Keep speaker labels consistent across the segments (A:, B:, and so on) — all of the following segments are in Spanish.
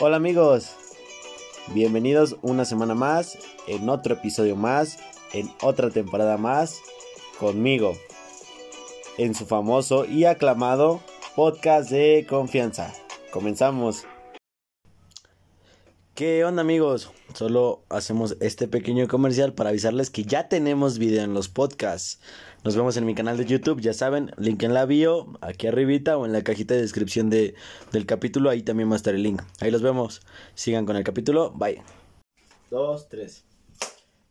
A: Hola amigos, bienvenidos una semana más, en otro episodio más, en otra temporada más, conmigo, en su famoso y aclamado podcast de confianza. Comenzamos. ¿Qué onda amigos? Solo hacemos este pequeño comercial para avisarles que ya tenemos video en los podcasts. Nos vemos en mi canal de YouTube, ya saben, link en la bio, aquí arribita o en la cajita de descripción de, del capítulo, ahí también va a estar el link. Ahí los vemos. Sigan con el capítulo, bye. Dos, tres.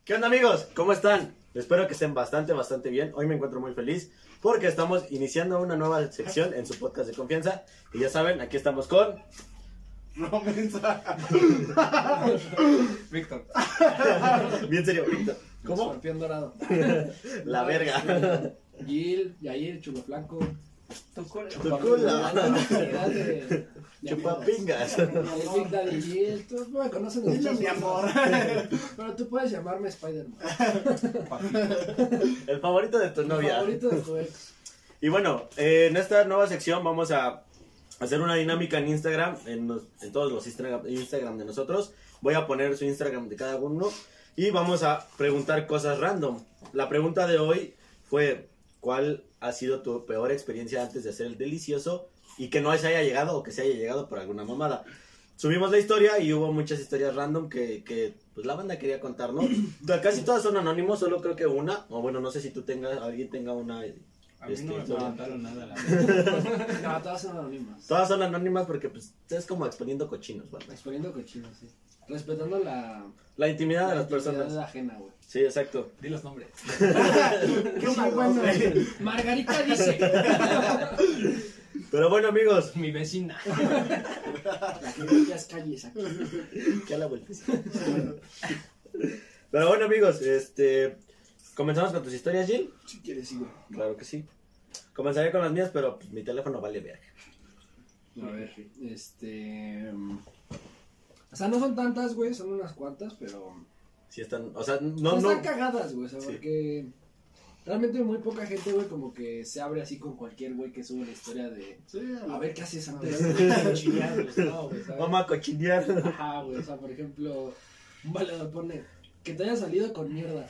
A: ¿Qué onda amigos? ¿Cómo están? Espero que estén bastante, bastante bien. Hoy me encuentro muy feliz porque estamos iniciando una nueva sección en su podcast de confianza. Y ya saben, aquí estamos con
B: No mensaje.
C: Víctor.
A: Bien serio, Víctor. ¿Cómo?
C: Escorpión dorado.
A: La verga.
C: Gil, Yair, Chulo Flanco.
D: Tu culo.
A: culo.
C: De- de
A: Chupapingas.
C: amigas. El Big Daddy Gil. Tú no me conoces de
B: Dile mi amor.
C: Pero tú puedes llamarme Spider-Man.
A: Ah, El favorito de tu novia.
C: Favorito de tu ex.
A: Y bueno, eh, en esta nueva sección vamos a hacer una dinámica en Instagram, en, los- en todos los Instagram, Instagram de nosotros. Voy a poner su Instagram de cada uno y vamos a preguntar cosas random. La pregunta de hoy fue, ¿cuál ha sido tu peor experiencia antes de hacer el delicioso y que no se haya llegado o que se haya llegado por alguna mamada? Subimos la historia y hubo muchas historias random que, que, pues, la banda quería contarnos. Casi todas son anónimos, solo creo que una, o bueno, no sé si tú tengas, alguien tenga una eh,
E: A mí no me
A: Este,
E: preguntaron nada. La verdad.
C: No, todas son anónimas.
A: Todas son anónimas porque pues es como exponiendo cochinos, ¿vale?
C: Exponiendo cochinos, sí. Respetando la,
A: La intimidad de
C: la
A: las
C: intimidad
A: personas.
C: ajena, güey.
A: Sí, exacto.
E: Di los nombres.
C: Sí, bueno, Margarita dice.
A: Pero bueno, amigos,
E: Mi vecina.
C: Aquí no ya es calles aquí.
A: que a la vuelta. Pero bueno, amigos, este comenzamos con tus historias, Jill.
C: Si quieres, sí, güey.
A: Claro que sí. Comenzaré con las mías, pero pues, mi teléfono vale verga.
C: A ver, este. mm, O sea, no son tantas, güey, son unas cuantas, pero.
A: Sí están, o sea,
C: No,
A: no no
C: están cagadas, güey, o sea,
A: Sí.
C: porque. Realmente muy poca gente, güey, como que se abre así con cualquier güey que sube la historia de.
B: Sí,
C: A ver qué haces antes.
E: Chillados, no, güey, ¿sabes?
A: vamos a cochinear.
C: Ajá, güey, o sea, por ejemplo, un valedor pone. Que te haya salido con mierda.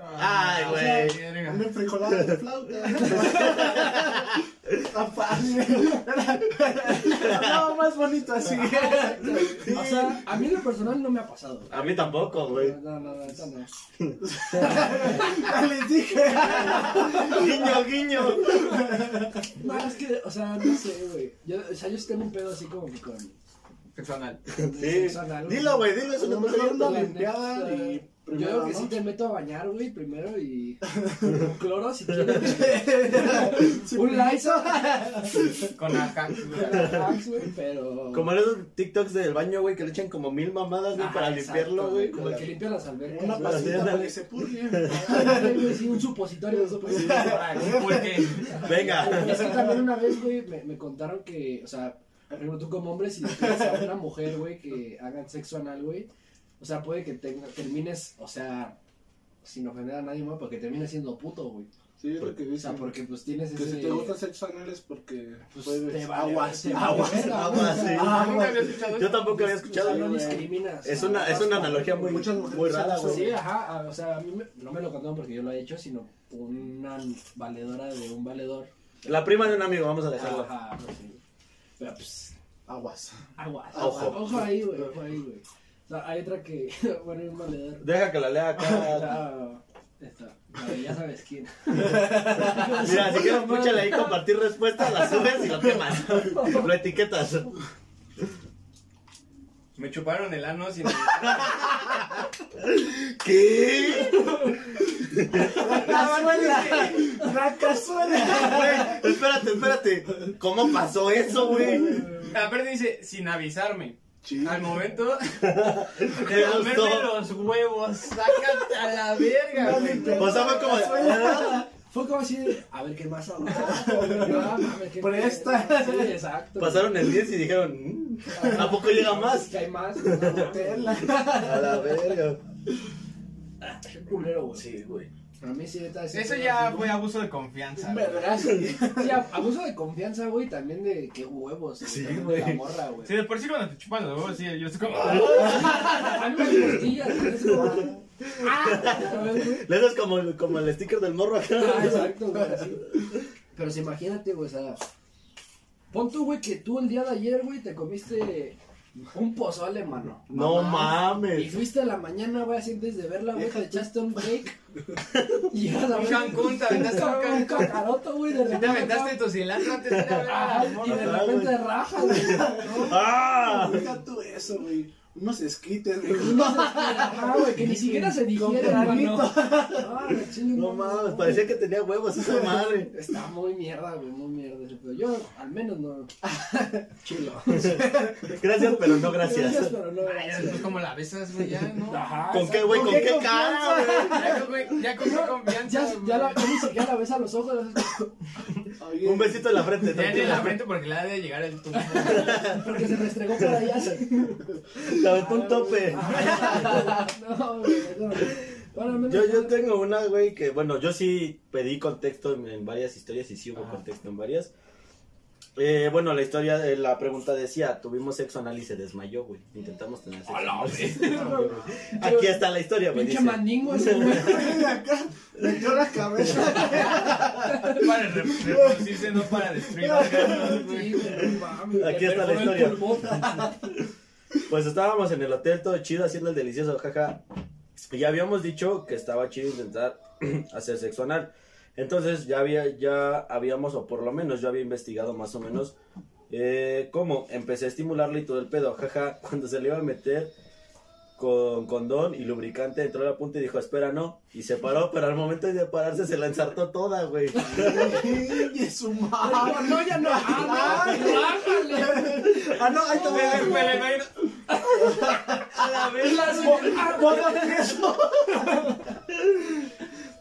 A: Ay, güey.
B: Una frijolada de flauta. Aparte. Hablaba más bonito así.
C: O sea, a mí en lo personal no me ha pasado.
A: A mí tampoco, Ah, güey.
C: No, no, no, ahorita no.
B: Ya les dije.
A: Guiño, guiño.
C: No, es que, o sea, no sé, güey. Yo, o sea, yo sí tengo un pedo así como que con.
E: Sexual.
C: con
A: Sí.
C: sexo anal,
A: Dilo, güey, dilo,
B: A
A: eso
B: lo
A: no
B: mejor
A: pasa
B: una
C: La
B: limpiada
C: neta,
B: y
C: Yo creo
B: primero
C: que sí
B: ¿no?
C: te meto a bañar, güey, primero y. Con cloro si quieres. un Lysol.
E: Con ajax.
C: Relax, güey, pero.
A: Como en esos TikToks del baño, güey, que le echan como mil mamadas, güey,
C: Ajá,
A: para
C: Ah, exacto,
A: limpiarlo, güey.
C: Como el que limpia las albercas.
B: Una
C: güey,
B: pasita
A: Ándale.
B: para que se purgue.
C: así, güey, sí, un supositorio, un supositorio.
E: Porque
A: Venga.
C: Es que también una vez, güey, me, me contaron que, o sea, por ejemplo, tú como hombre, si le pides a una mujer, güey, que hagan sexo anal, güey, o sea, puede que tenga- termines, o sea, sin ofender a nadie, güey, porque termines siendo puto, güey.
B: Sí, es lo que
C: O sea,
B: dicen.
C: porque pues tienes
B: Que
C: ese...
B: si te gusta sexo anal es porque
C: Pues
B: puedes-
C: te vale,
B: aguas,
C: te vale
B: aguas,
C: verga,
A: aguas,
C: güey.
A: sí.
B: Ah,
E: nunca había escuchado
A: Yo
E: eso.
A: tampoco había
C: O sea,
A: escuchado.
C: no
A: güey.
C: discriminas. Pues
A: Es una, es una analogía muy,
B: Muchas mujeres
A: muy rara,
B: hacen eso,
A: güey.
C: Sí, ajá, a- o sea, a mí me- no me lo contaron porque yo lo he hecho, sino una valedora de un valedor.
A: La prima de un amigo, vamos a dejarla.
C: Ajá, no sé. Pero pues,
B: aguas.
C: Aguas.
A: Ojo.
C: Ojo. Ojo ahí, güey. Ojo ahí, güey. O sea, hay otra que. Bueno, hay un valedor.
A: Deja que la lea acá.
C: Está. Está. la de Ya sabes quién.
A: Mira, si quieres, púchale ahí, compartir respuestas, la subes y la quemas. Lo etiquetas.
E: me chuparon el ano sin.
A: ¿Qué?
B: La cazuela.
A: Güey, espérate, espérate. ¿Cómo pasó eso, güey?
E: Aparte dice, sin avisarme.
B: Chido.
E: Al momento
A: Me
E: de comerme
A: gustó.
E: los huevos. Sácate a la verga, güey.
A: O sea, fue como. de- "Ah".
C: Fue como así de. A ver qué más habla.
B: Presta.
C: Sí, exacto.
A: Pasaron el 10 y dijeron, "Mm, ¿a poco llega más?
C: Que hay más. No,
B: Tela.
A: A la verga.
C: Qué culero, güey.
A: Sí, güey.
C: A mí sí, neta, sí
E: Eso
C: fue
E: ya
C: así,
E: fue
C: un-
E: abuso de confianza.
C: un
E: güey.
C: vergazo. Sí, a- abuso de confianza, güey, también de qué huevos.
D: Sí,
C: también
D: güey.
C: La morra, güey.
E: Sí, de por sí cuando te chupan los huevos, sí, yo estoy como...
C: A mí me hacen cosquillas, güey, es como- Ah, ¿sabes, güey?
D: Le das como, el- como el sticker del morro acá.
C: Ah, exacto, güey, así. Pero si imagínate, güey, o sea, pon tú, güey, que tú el día de ayer, güey, te comiste un pozole, mano.
D: No
C: Mamá. Y
D: mames.
C: fuiste a la mañana, güey, así antes de verla, güey, te echaste un break. Y ya
E: Un Cancún, te aventaste un
C: un
E: Cancún.
C: cacaroto, güey, de
E: Si
C: repente.
E: te aventaste tu cilantro antes de ir a ver a
C: Ajá,
E: la
C: y
E: morra.
C: de
D: Ajá,
C: repente
D: güey.
C: rajas, güey.
D: ¡Ah!
B: Deja tú eso, güey. Unos esquites, güey.
C: Ajá, güey, que ni siquiera se
B: Con
C: dijeron,
B: granito.
C: mano. Ah, güey, chingue,
D: No
C: mano,
D: mames,
C: güey.
D: parecía que tenía huevos esa madre.
C: Está muy mierda, güey, muy mierda ese pedo. Yo, al menos, no. Chilo.
D: Gracias, pero no gracias.
C: pero no
E: Ay, ya
C: gracias.
E: después como la besas, güey, ya, ¿no?
C: Ajá,
D: ¿Con qué,
C: exacto.
D: güey? ¿Con
E: ¿Con
D: qué cara, güey?
E: Ya, güey, ya con confianza,
C: Ya, ya la, ya ni siquiera la ves a los ojos. haces
B: Oye,
D: Un besito en la frente.
E: Ya tiene la
D: tranquila.
E: frente porque le ha de llegar el tubo.
C: como- Porque se restregó por allá. así.
D: Te aventó un tope.
C: Ah, No, güey, no. Bueno, al menos
D: Yo,
C: ya-
D: yo tengo una, güey, que bueno, yo sí pedí contexto en, en varias historias y sí
E: Ah.
D: hubo contexto en varias. Eh, bueno, la historia, eh, la pregunta decía, tuvimos sexo anal y se desmayó, güey. Intentamos tener sexo. anal. Aquí está la historia, güey.
C: Pinche
D: dice.
C: mandingo ese, güey.
B: de acá. Metió la cabeza.
E: Para re- reproducirse, no para destruir órganos, güey.
C: Sí, güey, no mames.
D: Aquí
C: Le
D: está la
C: perforó el
D: historia.
C: pulmón.
D: Pues estábamos en el hotel todo chido haciendo el delicioso, jaja. Y ya habíamos dicho que estaba chido intentar hacer sexo anal. Entonces ya había, ya habíamos, o por lo menos yo había investigado más o menos eh, cómo empecé a estimularle y todo el pedo, jaja. Cuando se le iba a meter con condón y lubricante, entró a la punta y dijo, espera, no. Y se paró, pero al momento de pararse se la ensartó toda, güey.
B: Y su madre.
C: No, no, ya no. Ah, no, bájale.
B: Ah, no, ahí está.
E: Me- me- me- me- me- A la vez las
B: Bótate eso.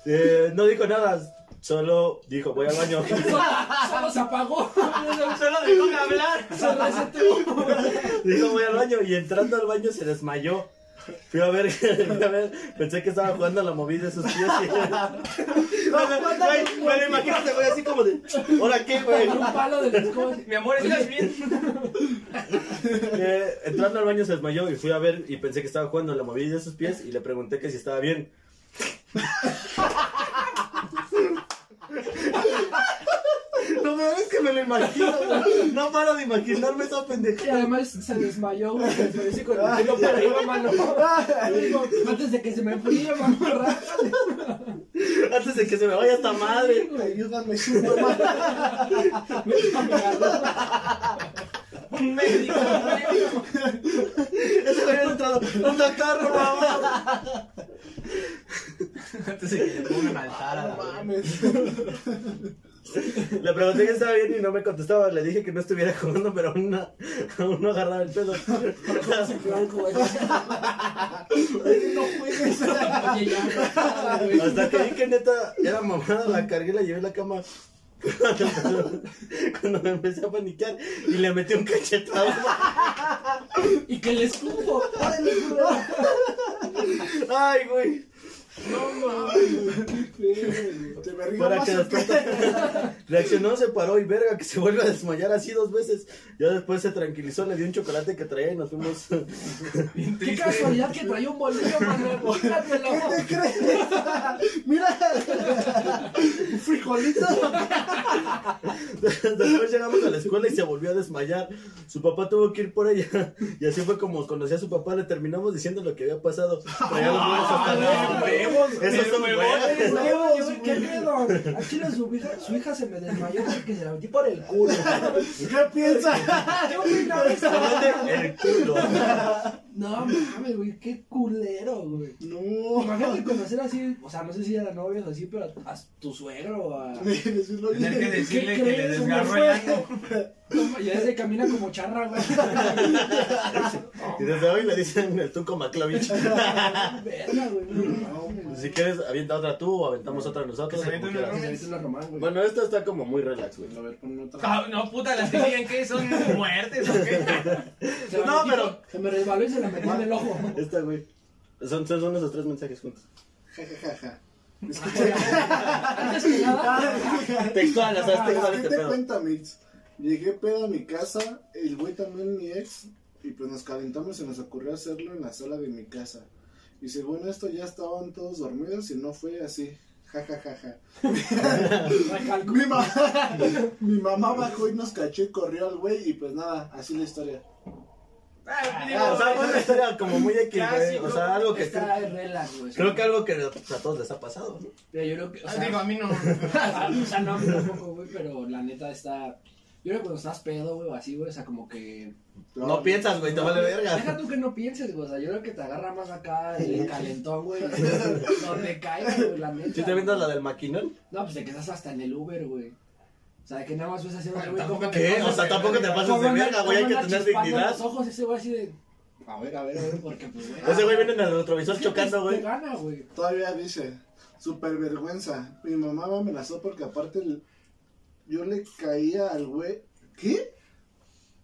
D: Eh, no dijo nada, solo dijo, voy al baño.
C: Solo se apagó.
E: solo dejó de hablar.
C: Solo ese tubo.
D: Dijo, voy al baño. Y entrando al baño se desmayó. Fui a ver, fui a ver. Pensé que estaba jugando a la movida de sus pies. Y... No, no, güey, pero imagínate, güey, así como de. ¿Ahora qué, güey?
C: Un palo de los coches.
E: Mi amor, ¿estás bien?
D: Eh, entrando al baño se desmayó y fui a ver y pensé que estaba jugando a la movida de sus pies y le pregunté que si estaba bien. No me es que me lo imagino, güey. No paro de imaginarme esa pendejada.
C: Y además se desmayó, güey. Se desmayó con el pelo para arriba, mano. Digo, Antes de que se me enfríe, mano. rájale.
D: Antes de que se me vaya esta madre.
B: Ayúdame, su mamá.
E: Un médico. güey.
D: Ese güey había entrado. Un doctor, por favor.
E: Antes de que le pongan altar a la
B: No
E: verga.
B: mames.
D: Le pregunté que estaba bien y no me contestaba. Le dije que no estuviera jugando, pero aún no, aún no agarraba el pedo.
C: Blanco, güey.
B: Oye, No juegues.
C: Oye, ya, güey.
D: Hasta que vi que neta era mamada, la cargué, la llevé a la cama. Cuando me empecé a paniquear y le metí un cachetado.
C: Y que le escupo.
D: Ay, güey.
B: Te me río
D: Para
B: más.
D: que después reaccionó, se paró y verga que se vuelve a desmayar así dos veces. Ya después se tranquilizó, le di un chocolate que traía y nos fuimos.
E: Bien
C: Qué
E: triste.
C: casualidad que traía un bolillo, mano. Quítatelo.
B: ¿Qué te crees? Mira. Frijolito.
D: Después llegamos a la escuela y se volvió a desmayar. Su papá tuvo que ir por ella. Y así fue como conocí a su papá. Le terminamos diciendo lo que había pasado. Traía los huevos hasta
E: Ah,
D: arriba.
E: huevos,
D: Esos son
E: huevones.
D: huevos.
C: Huevos, güey, ¿Qué pedo? Al chile su hija, su hija se me desmayó porque se la metí por el culo.
B: ¿Qué piensas?
C: ¿Qué opina de
D: Se
C: esto?
D: mete el culo.
C: No mames, güey, qué culero, güey.
B: No.
C: Imagínate conocer así, o sea, no sé si eran novios o así, pero a tu suegro o a.
E: Tener que
B: Decirlo.
E: decirle
C: ¿Qué
E: que le
C: crees,
E: desgarró
C: hombre?
E: el ano.
C: No, ya se camina como charra, güey.
D: Y desde hoy le dicen el tuco Maclavich.
C: Verga, güey. No, mames.
D: Si quieres, avienta otra tú o aventamos otra nosotros.
E: Que se aviente
D: como quieras.
E: una
C: Se mete una román, güey.
D: Bueno, esta está como muy relax, güey.
B: A ver, pon otra.
E: Ah, No, puta, las que siguen, ¿qué? ¿Son muertes o qué?
C: Se la
D: no,
C: metí-
D: pero-
C: Se me resbaló y se la metí en el ojo.
D: Esta, güey. Son, son, son esos tres mensajes juntos.
B: Ja, ja, ja, ja.
C: Antes que nada,
D: Textual, o
E: Ah,
D: sea, es textual
B: Ah, ¿Qué
D: este
B: te
D: pedo.
B: cuenta, Mix? Llegué pedo a mi casa, el güey también mi ex, y pues nos calentamos y nos ocurrió hacerlo en la sala de mi casa. Y según esto ya estaban todos dormidos y no fue así. Ja, ja, ja, ja.
C: recalco.
B: Mi, ma- mi mamá bajó y nos cachó y corrió al güey y pues nada, así la historia.
E: Ah, digo,
D: Ah, o sea, fue una historia como muy X, güey. O sea, algo que.
C: Está de relax, güey.
D: Creo que algo que a todos les ha pasado, ¿no?
C: Pero yo creo que. O
E: ah,
C: sea,
E: digo, a mí no.
C: O sea, no, a mí tampoco, güey, pero la neta está. Yo creo que cuando estás pedo, güey, o así, güey, o sea, como que.
D: No piensas, güey, te vale
C: Deja
D: verga.
C: tú que no pienses, güey, o sea, yo creo que te agarra más acá el calentón, güey. No te caes, güey, la neta.
D: Si te vendas la del maquinón,
C: No, pues te quedas hasta en el Uber, güey. O sea, que nada más ves así, güey,
E: Pero
C: güey.
E: tampoco
C: como-
E: te-
D: ¿qué? O sea, tampoco te
C: como
D: pases de
C: una-
D: verga, güey, hay
C: como
D: que
C: una
D: tener
C: chispa en
D: dignidad.
C: Los ojos ese güey así de. A ver, a ver, a ver, porque pues, güey.
D: Ese güey viene en el
C: Es
D: retrovisor
C: que
D: chocando,
C: te-
D: güey.
C: Te gana, güey.
B: Todavía dice, super vergüenza. Mi mamá me amenazó porque aparte el- yo le caía al güey. ¿Qué?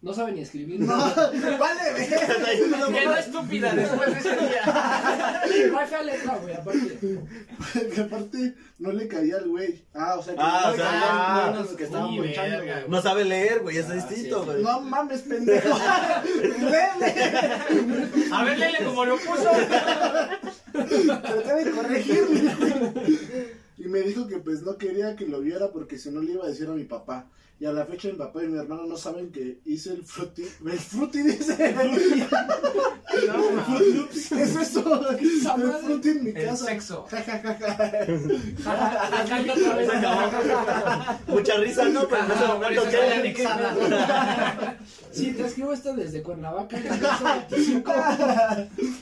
C: No sabe ni escribir.
B: No,
C: güey.
B: vale, verga.
E: Que no estúpida después de ese día.
C: No hay fea letra, güey, aparte.
B: Que aparte no le caía al güey. Ah, o sea, que
D: Ah,
B: no
D: o
B: le
D: sea,
B: caía
D: ah,
B: al güey, no, que estaban
E: sí,
B: ponchando,
E: verga,
B: güey.
D: No sabe leer, güey, es
C: Ah,
D: distinto,
C: sí,
D: güey.
B: No mames, pendejo. Lele.
E: A ver, lele como lo puso.
B: Traté de corregirme. Y me dijo que pues no quería que lo viera porque si no le iba a decir a mi papá. Y a la fecha mi papá y mi hermano no saben que hice el fruti. El fruti dice.
E: No, ma.
B: ¿Qué es eso?
C: Esa
B: El
C: madre.
B: fruti en mi
E: El
B: casa.
E: sexo.
B: Ja, ja, ja, ja.
C: La calle otra vez.
D: Se acabó. Mucha risa, ¿no? Pero en ese
E: Ajá, por
D: momento,
E: eso no hay
D: ¿qué?
E: anexada.
C: Sí, te escribo esta desde Cuernavaca, en el caso 25.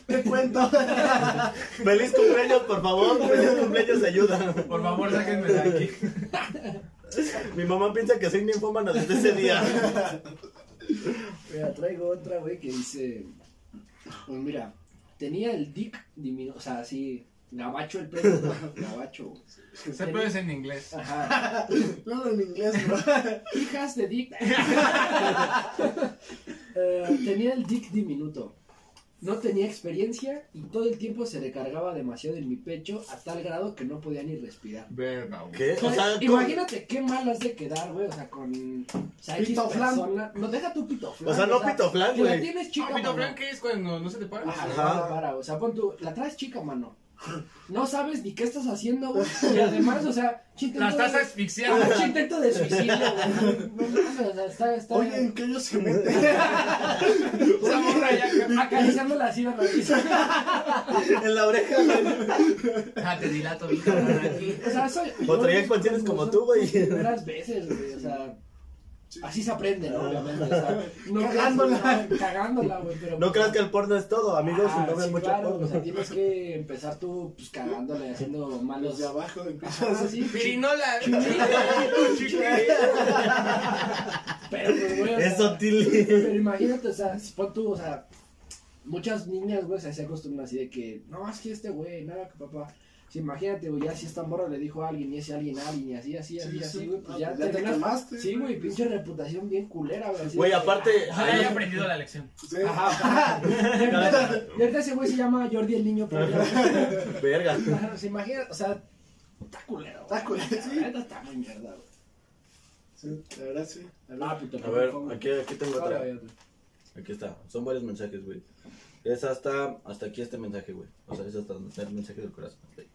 B: Te cuento.
D: Feliz cumpleaños, por favor. Feliz cumpleaños, ayuda.
E: Por favor, sáquenme de aquí.
D: Mi mamá piensa que soy ninfómano desde ese día.
C: Mira, traigo otra, güey, que dice. Pues mira, tenía el dick diminuto, o sea, así, gabacho el pelo, ¿no? gabacho. güey.
E: Ese pedo es en inglés.
C: Ajá.
B: Luego en inglés, ¿no?
C: Hijas de dick. Eh, tenía el dick diminuto. No tenía experiencia y todo el tiempo se recargaba demasiado en mi pecho a tal grado que no podía ni respirar. Eh,
E: Verga, güey.
D: ¿Qué? O sea, ¿cómo?
C: Imagínate qué mal has de quedar, güey. O sea, con. O sea, X
B: Pitoflán.
C: persona- No, deja tu pitoflán.
D: O sea, no pitoflán,
C: si la
D: güey.
C: tienes chica.
E: Ah, pito
C: mano.
E: blanco, ¿qué es cuando no se te para?
C: Ajá,
D: Ajá.
C: no te para, o sea, pon tu, la traes chica, mano. No sabes ni qué estás haciendo, güey. Y además, o sea, chintento
E: La estás
C: de,
E: asfixiando.
C: Ah, chintento de suicidio, güey. No mames, o sea, está, está
B: Oye, ¿en qué ellos se meten?
E: Esa morra ya
C: acariciándola así, ¿verdad?
D: En la oreja, güey.
E: Ah, te dilato bien, cabrón, aquí.
C: O sea, soy.
D: O traía expansiones como tú, güey.
C: Primeras veces, güey, o sea. Así se aprende, ¿no? Obviamente, o sea, no
B: Cagándola.
C: creas- Cagándola, güey, pero.
D: No creas que el porno es todo, amigos.
C: Ah,
D: no vean
C: sí,
D: mucho
C: claro,
D: porno.
C: o sea, tienes que empezar tú, pues, cagándola y haciendo malos.
B: Desde abajo empiezas
C: Ajá, sí,
E: Pirinola.
C: Pero, pues, güey, o
D: Es
C: sea,
D: sutil.
C: Pero imagínate, o sea, pon tú, o sea, muchas niñas, güey, se se acostumbran así de que, no, es que este güey, nada que papá. Si imagínate, güey, ya si esta morra le dijo a alguien y ese alguien a alguien y así, así, así,
B: Sí,
C: así,
B: sí.
C: güey, pues
B: Ah,
C: ya,
B: pues ya te
C: terminas-
B: quemaste. pues
C: Sí, güey, pinche reputación bien culera, güey. así
D: Güey,
C: de- "Ah,
D: aparte.
E: Ojalá haya aprendido la lección.
B: Sí.
C: Ajá, ajá. Y ahorita- y ahorita ese güey se llama Jordi el niño polla.
D: Verga.
C: Ajá, Se imagina, o sea, está culero. güey.
B: Está culero,
C: La
B: sí.
C: neta Está muy mierda, güey.
B: Sí, la verdad sí.
C: Ah, puto,
D: A ver,
C: por favor.
D: aquí, aquí tengo
C: Ahora,
D: otra.
C: güey, otra.
D: Aquí está. Son varios mensajes, güey. Es hasta, hasta aquí este mensaje, güey. O sea, es hasta donde está el mensaje del corazón. güey.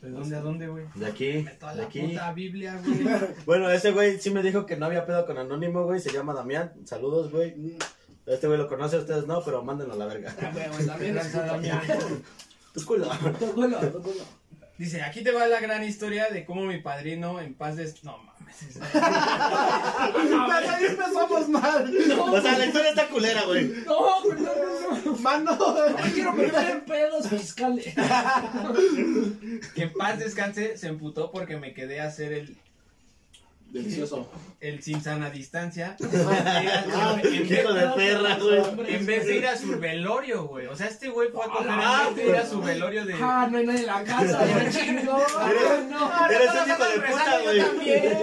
E: ¿De dónde a dónde, güey?
D: De aquí,
E: Toda
D: de
E: la
D: aquí.
E: puta Biblia, güey.
D: Bueno, ese güey sí me dijo que no había pedo con Anónimo, güey. Se llama Damián. Saludos, güey.
B: Mm,
D: Este güey lo conoce, ustedes no, pero mándenlo a la verga.
C: Ah, güey, güey, también es culpa mía.
D: Tu culo.
C: Tu culo, tu culo.
E: Dice, aquí te va la gran historia de cómo mi padrino en paz des... No mames.
B: Pero ahí empezamos mal.
D: O sea, la historia está culera, güey.
C: No, güey, no, no, no.
B: Mano.
C: No me quiero meter en pedos fiscales.
E: Que en paz descanse se emputó porque me quedé a hacer el,
B: Delicioso.
E: el sin sana distancia. en, vez-
D: Hijo de perra, güey.
E: en vez de ir a su velorio, güey. O sea, este güey fue a coger
D: Ah,
E: en vez de ir a su velorio de...
C: Ah, no hay nadie en la casa, ya chingo.
D: Eres-
C: No,
D: Eres un
E: todos
D: hijo de
E: andan
D: puta,
E: rezando, yo
D: güey.
E: también.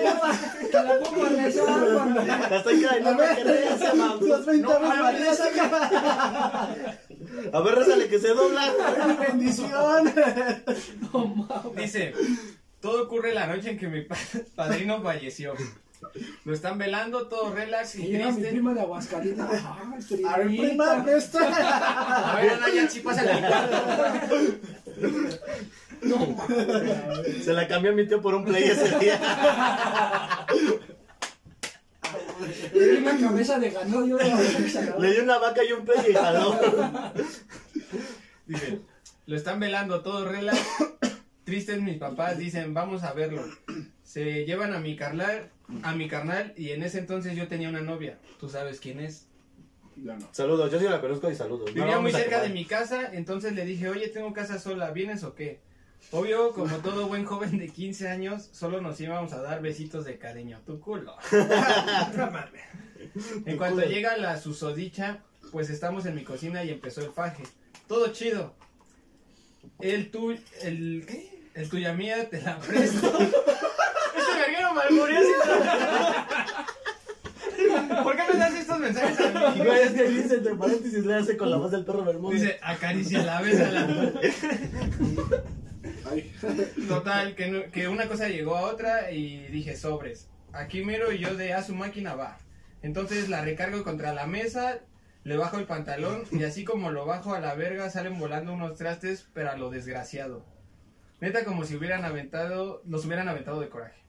C: te la pongo a rezar, cuando-
D: La estoy cayendo,
B: A
D: no me
B: ver,
D: quería, se mamó.
B: Los 20
E: No,
B: años
E: mames,
B: María, saca.
A: A ver, rézale que se dobla.
B: ¡Bendición!
C: No mames.
E: Dice, todo ocurre la noche en que mi pa- padrino falleció. Lo están velando, todo relax
C: Que
E: y
C: llega mi
E: triste.
C: prima de Aguascalientes. Ay, primita.
B: A ver, prima, ¿dónde está?
E: A ver, Anaya, sí, pásale al cuarto.
C: No mames.
A: Se la cambió a mi tío por un play ese día.
C: Le di una cabeza de ganó y ahora la cabeza de ganó.
A: Le dio una vaca y un play y jaló.
E: Dice, lo están velando, todo relax. Tristes mis papás, dicen, vamos a verlo. Se llevan a mi carnal, a mi carnal y en ese entonces yo tenía una novia. ¿Tú sabes quién es?
C: Ya no.
A: Saludos, yo sí la conozco y saludos. No
E: Vivía
A: vamos
E: muy
A: a
E: cerca
A: acabar.
E: de mi casa, entonces le dije, oye, tengo casa sola, ¿vienes o qué? Obvio, como todo buen joven de 15 años, solo nos íbamos a dar besitos de cariño a tu culo. en cuanto
A: culo.
E: llega la susodicha, pues estamos en mi cocina y empezó el faje. Todo chido. El tu... el... ¿qué? El tuya mía te la presto. Este verguero malmurió. ¿Por qué me das estos mensajes a mí?
A: Güey, es que dice entre paréntesis le hace con la voz del perro Bermúdez.
E: Dice, acariciala, bésala.
B: Ay,
E: Total, que, no- que una cosa llegó a otra y dije, sobres. Aquí miro y yo de, a su máquina va. Entonces la recargo contra la mesa, le bajo el pantalón y así como lo bajo a la verga salen volando unos trastes, pero a lo desgraciado. Neta como si hubieran aventado, nos hubieran aventado de coraje.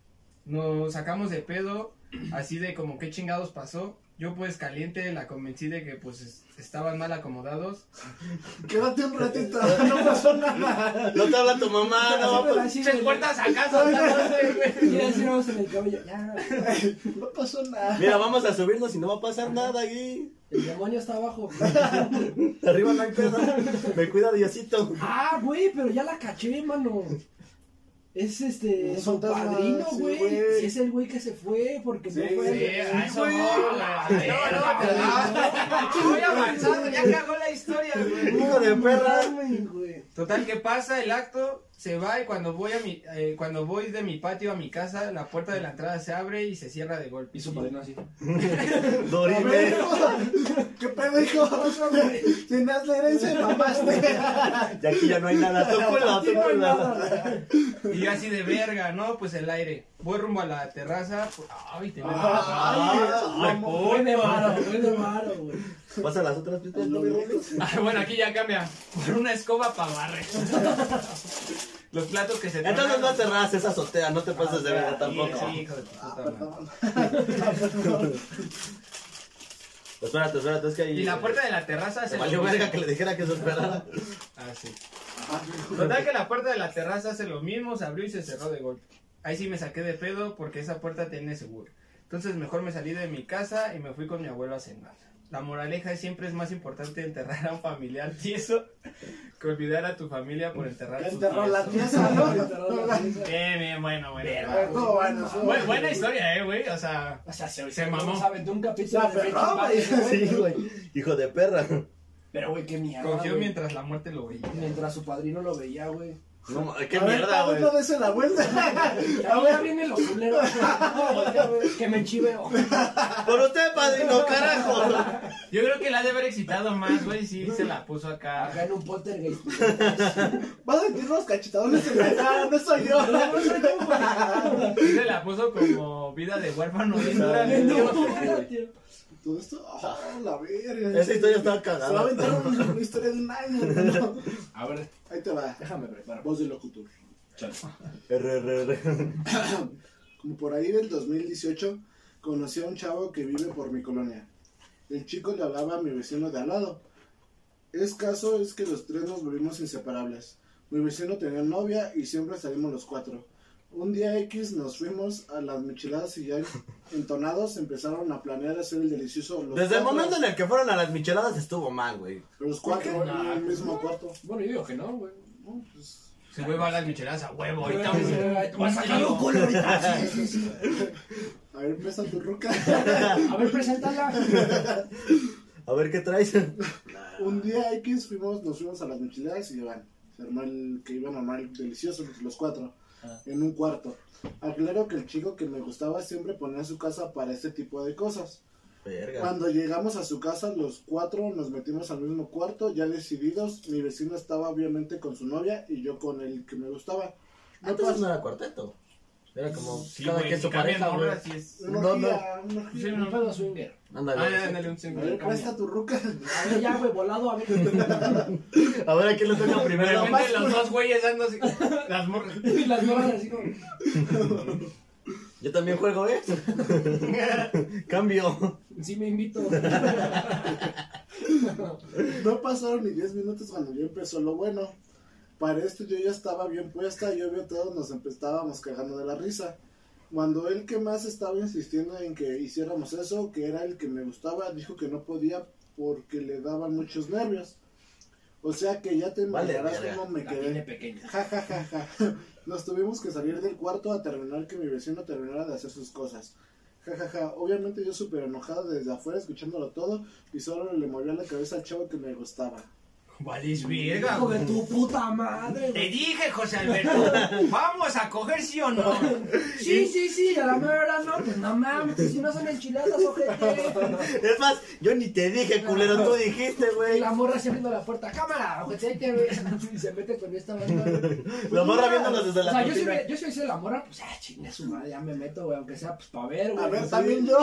E: Nos sacamos de pedo, así de como qué chingados pasó. Yo pues caliente la convencí de que pues es- estaban mal acomodados.
B: quédate un ratito, no pasó nada.
A: No te habla tu mamá, no va a
C: Siempre la
A: poder.
C: hacía en el-
E: acaso!
C: Mira, así vamos en el cabello. Ya,
B: No pasó nada.
A: Mira, vamos a subirnos y no va a pasar nada ahí.
C: el demonio está abajo.
A: Arriba no hay pedo. Me cuida Diosito.
C: Ah, güey, pero ya la caché, mano. Es este.
B: Un
C: su
B: fantasma,
C: padrino,
B: sí,
C: güey.
B: güey.
C: Si es el güey que se fue, porque
B: Sí,
C: no fue.
E: Sí,
C: el-
E: ay,
B: güey.
E: morra. No, no, pero no. Voy avanzando, ya cagó la historia, güey.
A: Hijo de perra.
C: Mames, güey.
E: Total que pasa el acto, se va y cuando voy a mi eh, cuando voy de mi patio a mi casa, la puerta de la entrada se abre y se cierra de golpe.
C: Y su padrino así.
B: A
A: Dorime.
B: ver, hijo, ¿Qué pedo, hijo? Si no es la herencia, mamaste.
A: Y aquí ya no hay nada. Tócula,
C: Aquí no hay
A: tócula.
C: nada.
E: Y yo así de verga, no, pues el aire. Voy rumbo a la terraza. pues, ay, te
A: Ah, Ay,
B: Ay,
E: puto.
C: Fue de varo, fue de varo, güey.
A: Pasa las otras pistas.
B: Lo
A: ¿no?
B: veo.
E: Ah, bueno, aquí ya cambia. Por una escoba para barrer. Los platos que se
A: Entonces
E: tronan-
A: no te ras esa azotea, no te pases de verga
E: Sí,
A: tampoco.
E: sí, hijo de tu puta madre.
A: Espérate, espérate, es que ahí.
E: Y la puerta de la terraza
A: Se
E: se
A: valió
E: lo
A: verga que
E: mismo.
A: le dijera que se esperara.
E: Ah, sí. Total que la puerta de la terraza hace lo mismo, se abrió y se cerró de golpe. Ahí sí me saqué de pedo porque esa puerta tiene seguro. Entonces mejor me salí de mi casa y me fui con mi abuelo a cenar. La moraleja es siempre es más importante enterrar a un familiar tieso que olvidar a tu familia por enterrar
B: Ya
E: a su
B: enterró la
E: tieso.
B: pieza, ¿no?
C: Enterró la pieza.
E: Bien, bien, bueno, bueno.
B: Pero, ¿cómo van?
E: Bu- buena, historia, eh, güey. O sea,
C: O sea, se,
E: Se mamó.
C: Se aventó un capítulo
B: Se
C: de Breaking
B: aferró,
C: Bad,
B: güey.
A: Sí, güey. Hijo de perra.
C: Pero, güey, qué mierda.
E: cogió
C: güey.
E: mientras la muerte lo veía.
C: Mientras su padrino lo veía, güey.
A: No, ma- qué
B: A ver,
A: mierda,
B: dame
A: güey.
B: otra vez en la vuelta.
C: A ver, viene los culeros. que me enchiveo.
A: Por usted, padrino, carajo.
E: Yo creo que la ha de haber excitado más, güey. Sí, se la puso
C: Acá
E: acá.
C: en un poltergeist.
B: Vas a sentir los cachetadones en la cara, no soy yo.
E: Sí, se la puso como vida de huérfano. bien dura, bien dura.
C: Pero
B: Todo esto, ah, la verga.
A: Esa historia estaba
B: Se va a
A: cagada.
B: aventar una, una historia de un año. ¿no?
C: A ver,
B: Ahí te va.
C: déjame preparar.
B: Voz de locutor.
A: RRR.
B: Como por ahí del 2018, conocí a un chavo que vive por mi colonia. El chico le hablaba a mi vecino de al lado. Es caso es que los tres nos volvimos inseparables. Mi vecino tenía novia y siempre salimos los cuatro. Un día X nos fuimos a las micheladas y ya entonados empezaron a planear hacer el delicioso. Los
A: Desde el
B: cuatro.
A: momento en el que fueron a las micheladas estuvo mal, güey.
B: Los cuatro en
E: Nah.
B: el mismo cuarto.
C: Bueno, yo digo que no, güey.
B: No, pues,
E: Se güey va a las micheladas a huevo.
C: Pero,
E: Ahorita
C: eh,
E: güey.
C: te vas a sacar un culo ahorita. Sí, sí, sí.
B: a ver, empieza tu ruca.
C: A ver, preséntala.
A: A ver qué traes.
B: Un día X fuimos, nos fuimos a las mochiladas y llevan. Se armó el que iban a armar el delicioso, los cuatro,
D: Ah.
B: en un cuarto. Aclaro que el chico que me gustaba siempre ponía su casa para este tipo de cosas.
A: Verga.
B: Cuando llegamos a su casa, los cuatro nos metimos al mismo cuarto, ya decididos. Mi vecino estaba obviamente con su novia y yo con el que me gustaba. No
D: Antes
B: pasó
D: no era cuarteto. Era como
E: Sí,
D: cada
E: güey,
D: quien
E: si
D: su
E: cambian
D: pareja, güey.
E: morras, sí es-
B: una
D: No,
B: orgía, una orgía.
E: Sí,
C: Un
E: no.
C: pedo swinger.
D: Ándale.
E: Ah, ándale, un
B: A ver,
E: segundo.
B: ¿cuál está tu ruca?
C: A ver, ya, güey, volado, a ver.
D: A ver a quién le toca
E: De
D: primero.
E: repente los dos güeyes dándose las morras.
C: y las morras así como.
D: Yo también juego, ¿eh? Cambio.
C: Sí, me invito.
B: No pasaron ni 10 minutos cuando yo empezó lo bueno. Para esto yo ya estaba bien puesta y obvio todos nos empezábamos cagando de la risa. Cuando él que más estaba insistiendo en que hiciéramos eso, que era el que me gustaba, dijo que no podía porque le daban muchos nervios. O sea que ya te
D: Vale,
B: imaginarás
D: verga.
B: cómo me
C: La tiene
B: quedé.
C: pequeña.
B: Ja, ja, ja, ja. Nos tuvimos que salir del cuarto a terminar que mi vecino terminara de hacer sus cosas. Ja, ja, ja. Obviamente yo súper enojado desde afuera escuchándolo todo y solo le movía la cabeza al chavo que me gustaba.
E: Valis verga,
C: Hijo
E: güey.
C: de tu puta madre,
E: Te
C: güey.
E: dije, José Alberto, vamos a coger sí o no.
C: Sí, sí, sí, a la mera no, pues no mames, si no son enchiladas, ojete.
D: Es más, yo ni te dije, culero, tú dijiste,
C: Y
D: güey.
C: la morra se abriendo la puerta, cámara, ojete, güey. Y se mete con esta banda. güey.
D: Pues La morra viéndonos desde
C: O
D: la
C: sea, yo si,
D: cocina.
C: me, yo si me hice la morra, pues ah, chingue su madre, ya me meto, güey, aunque sea pues pa' ver, güey.
B: A ver,
C: Sí. Ah,
B: también yo.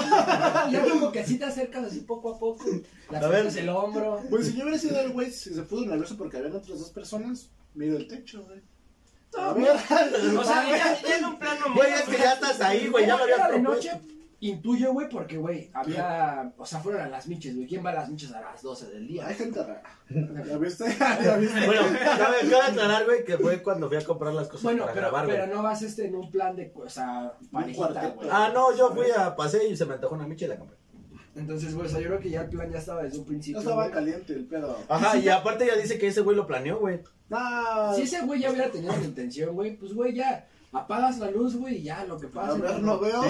C: Ya como que sí te acercas así poco a poco, la
D: A ver.
C: acercas el hombro.
B: Pues si yo hubiera sido el güey, si se puso nervioso porque habían otras dos personas, miro el techo, güey. A ver,
E: O sea, ya, ya en un plano muy.
D: Güey, es que ya estás ahí, güey, ya
C: Era-
D: lo
C: era
D: había
C: de
D: propuesto.
C: noche, intuyo, güey, porque, güey, había, o sea, fueron a las miches, güey, ¿quién va a las miches a las 12 del día?
B: hay gente rara. ¿Ya viste? ¿Ya viste?
D: Bueno, cabe, cabe aclarar, güey, que fue cuando fui a comprar las cosas
C: Bueno,
D: para
C: pero,
D: grabar,
C: pero
D: güey.
C: no vas este en un plan de, o sea, parejita,
B: cuarteto.
C: güey.
D: Ah, no, yo fui a pasé y se me antojó una micha y la compré.
C: Entonces, güey, o sea, yo creo que ya el plan ya estaba desde un
B: Ya
C: principio.
B: estaba
C: güey.
B: caliente el pedo.
D: Ajá, y aparte ella dice que ese güey lo planeó, güey.
B: No,
C: Si ese güey ya hubiera tenido la intención, güey, pues, güey, ya apagas la luz, güey, y ya lo que pasa.
B: a ver, no veo.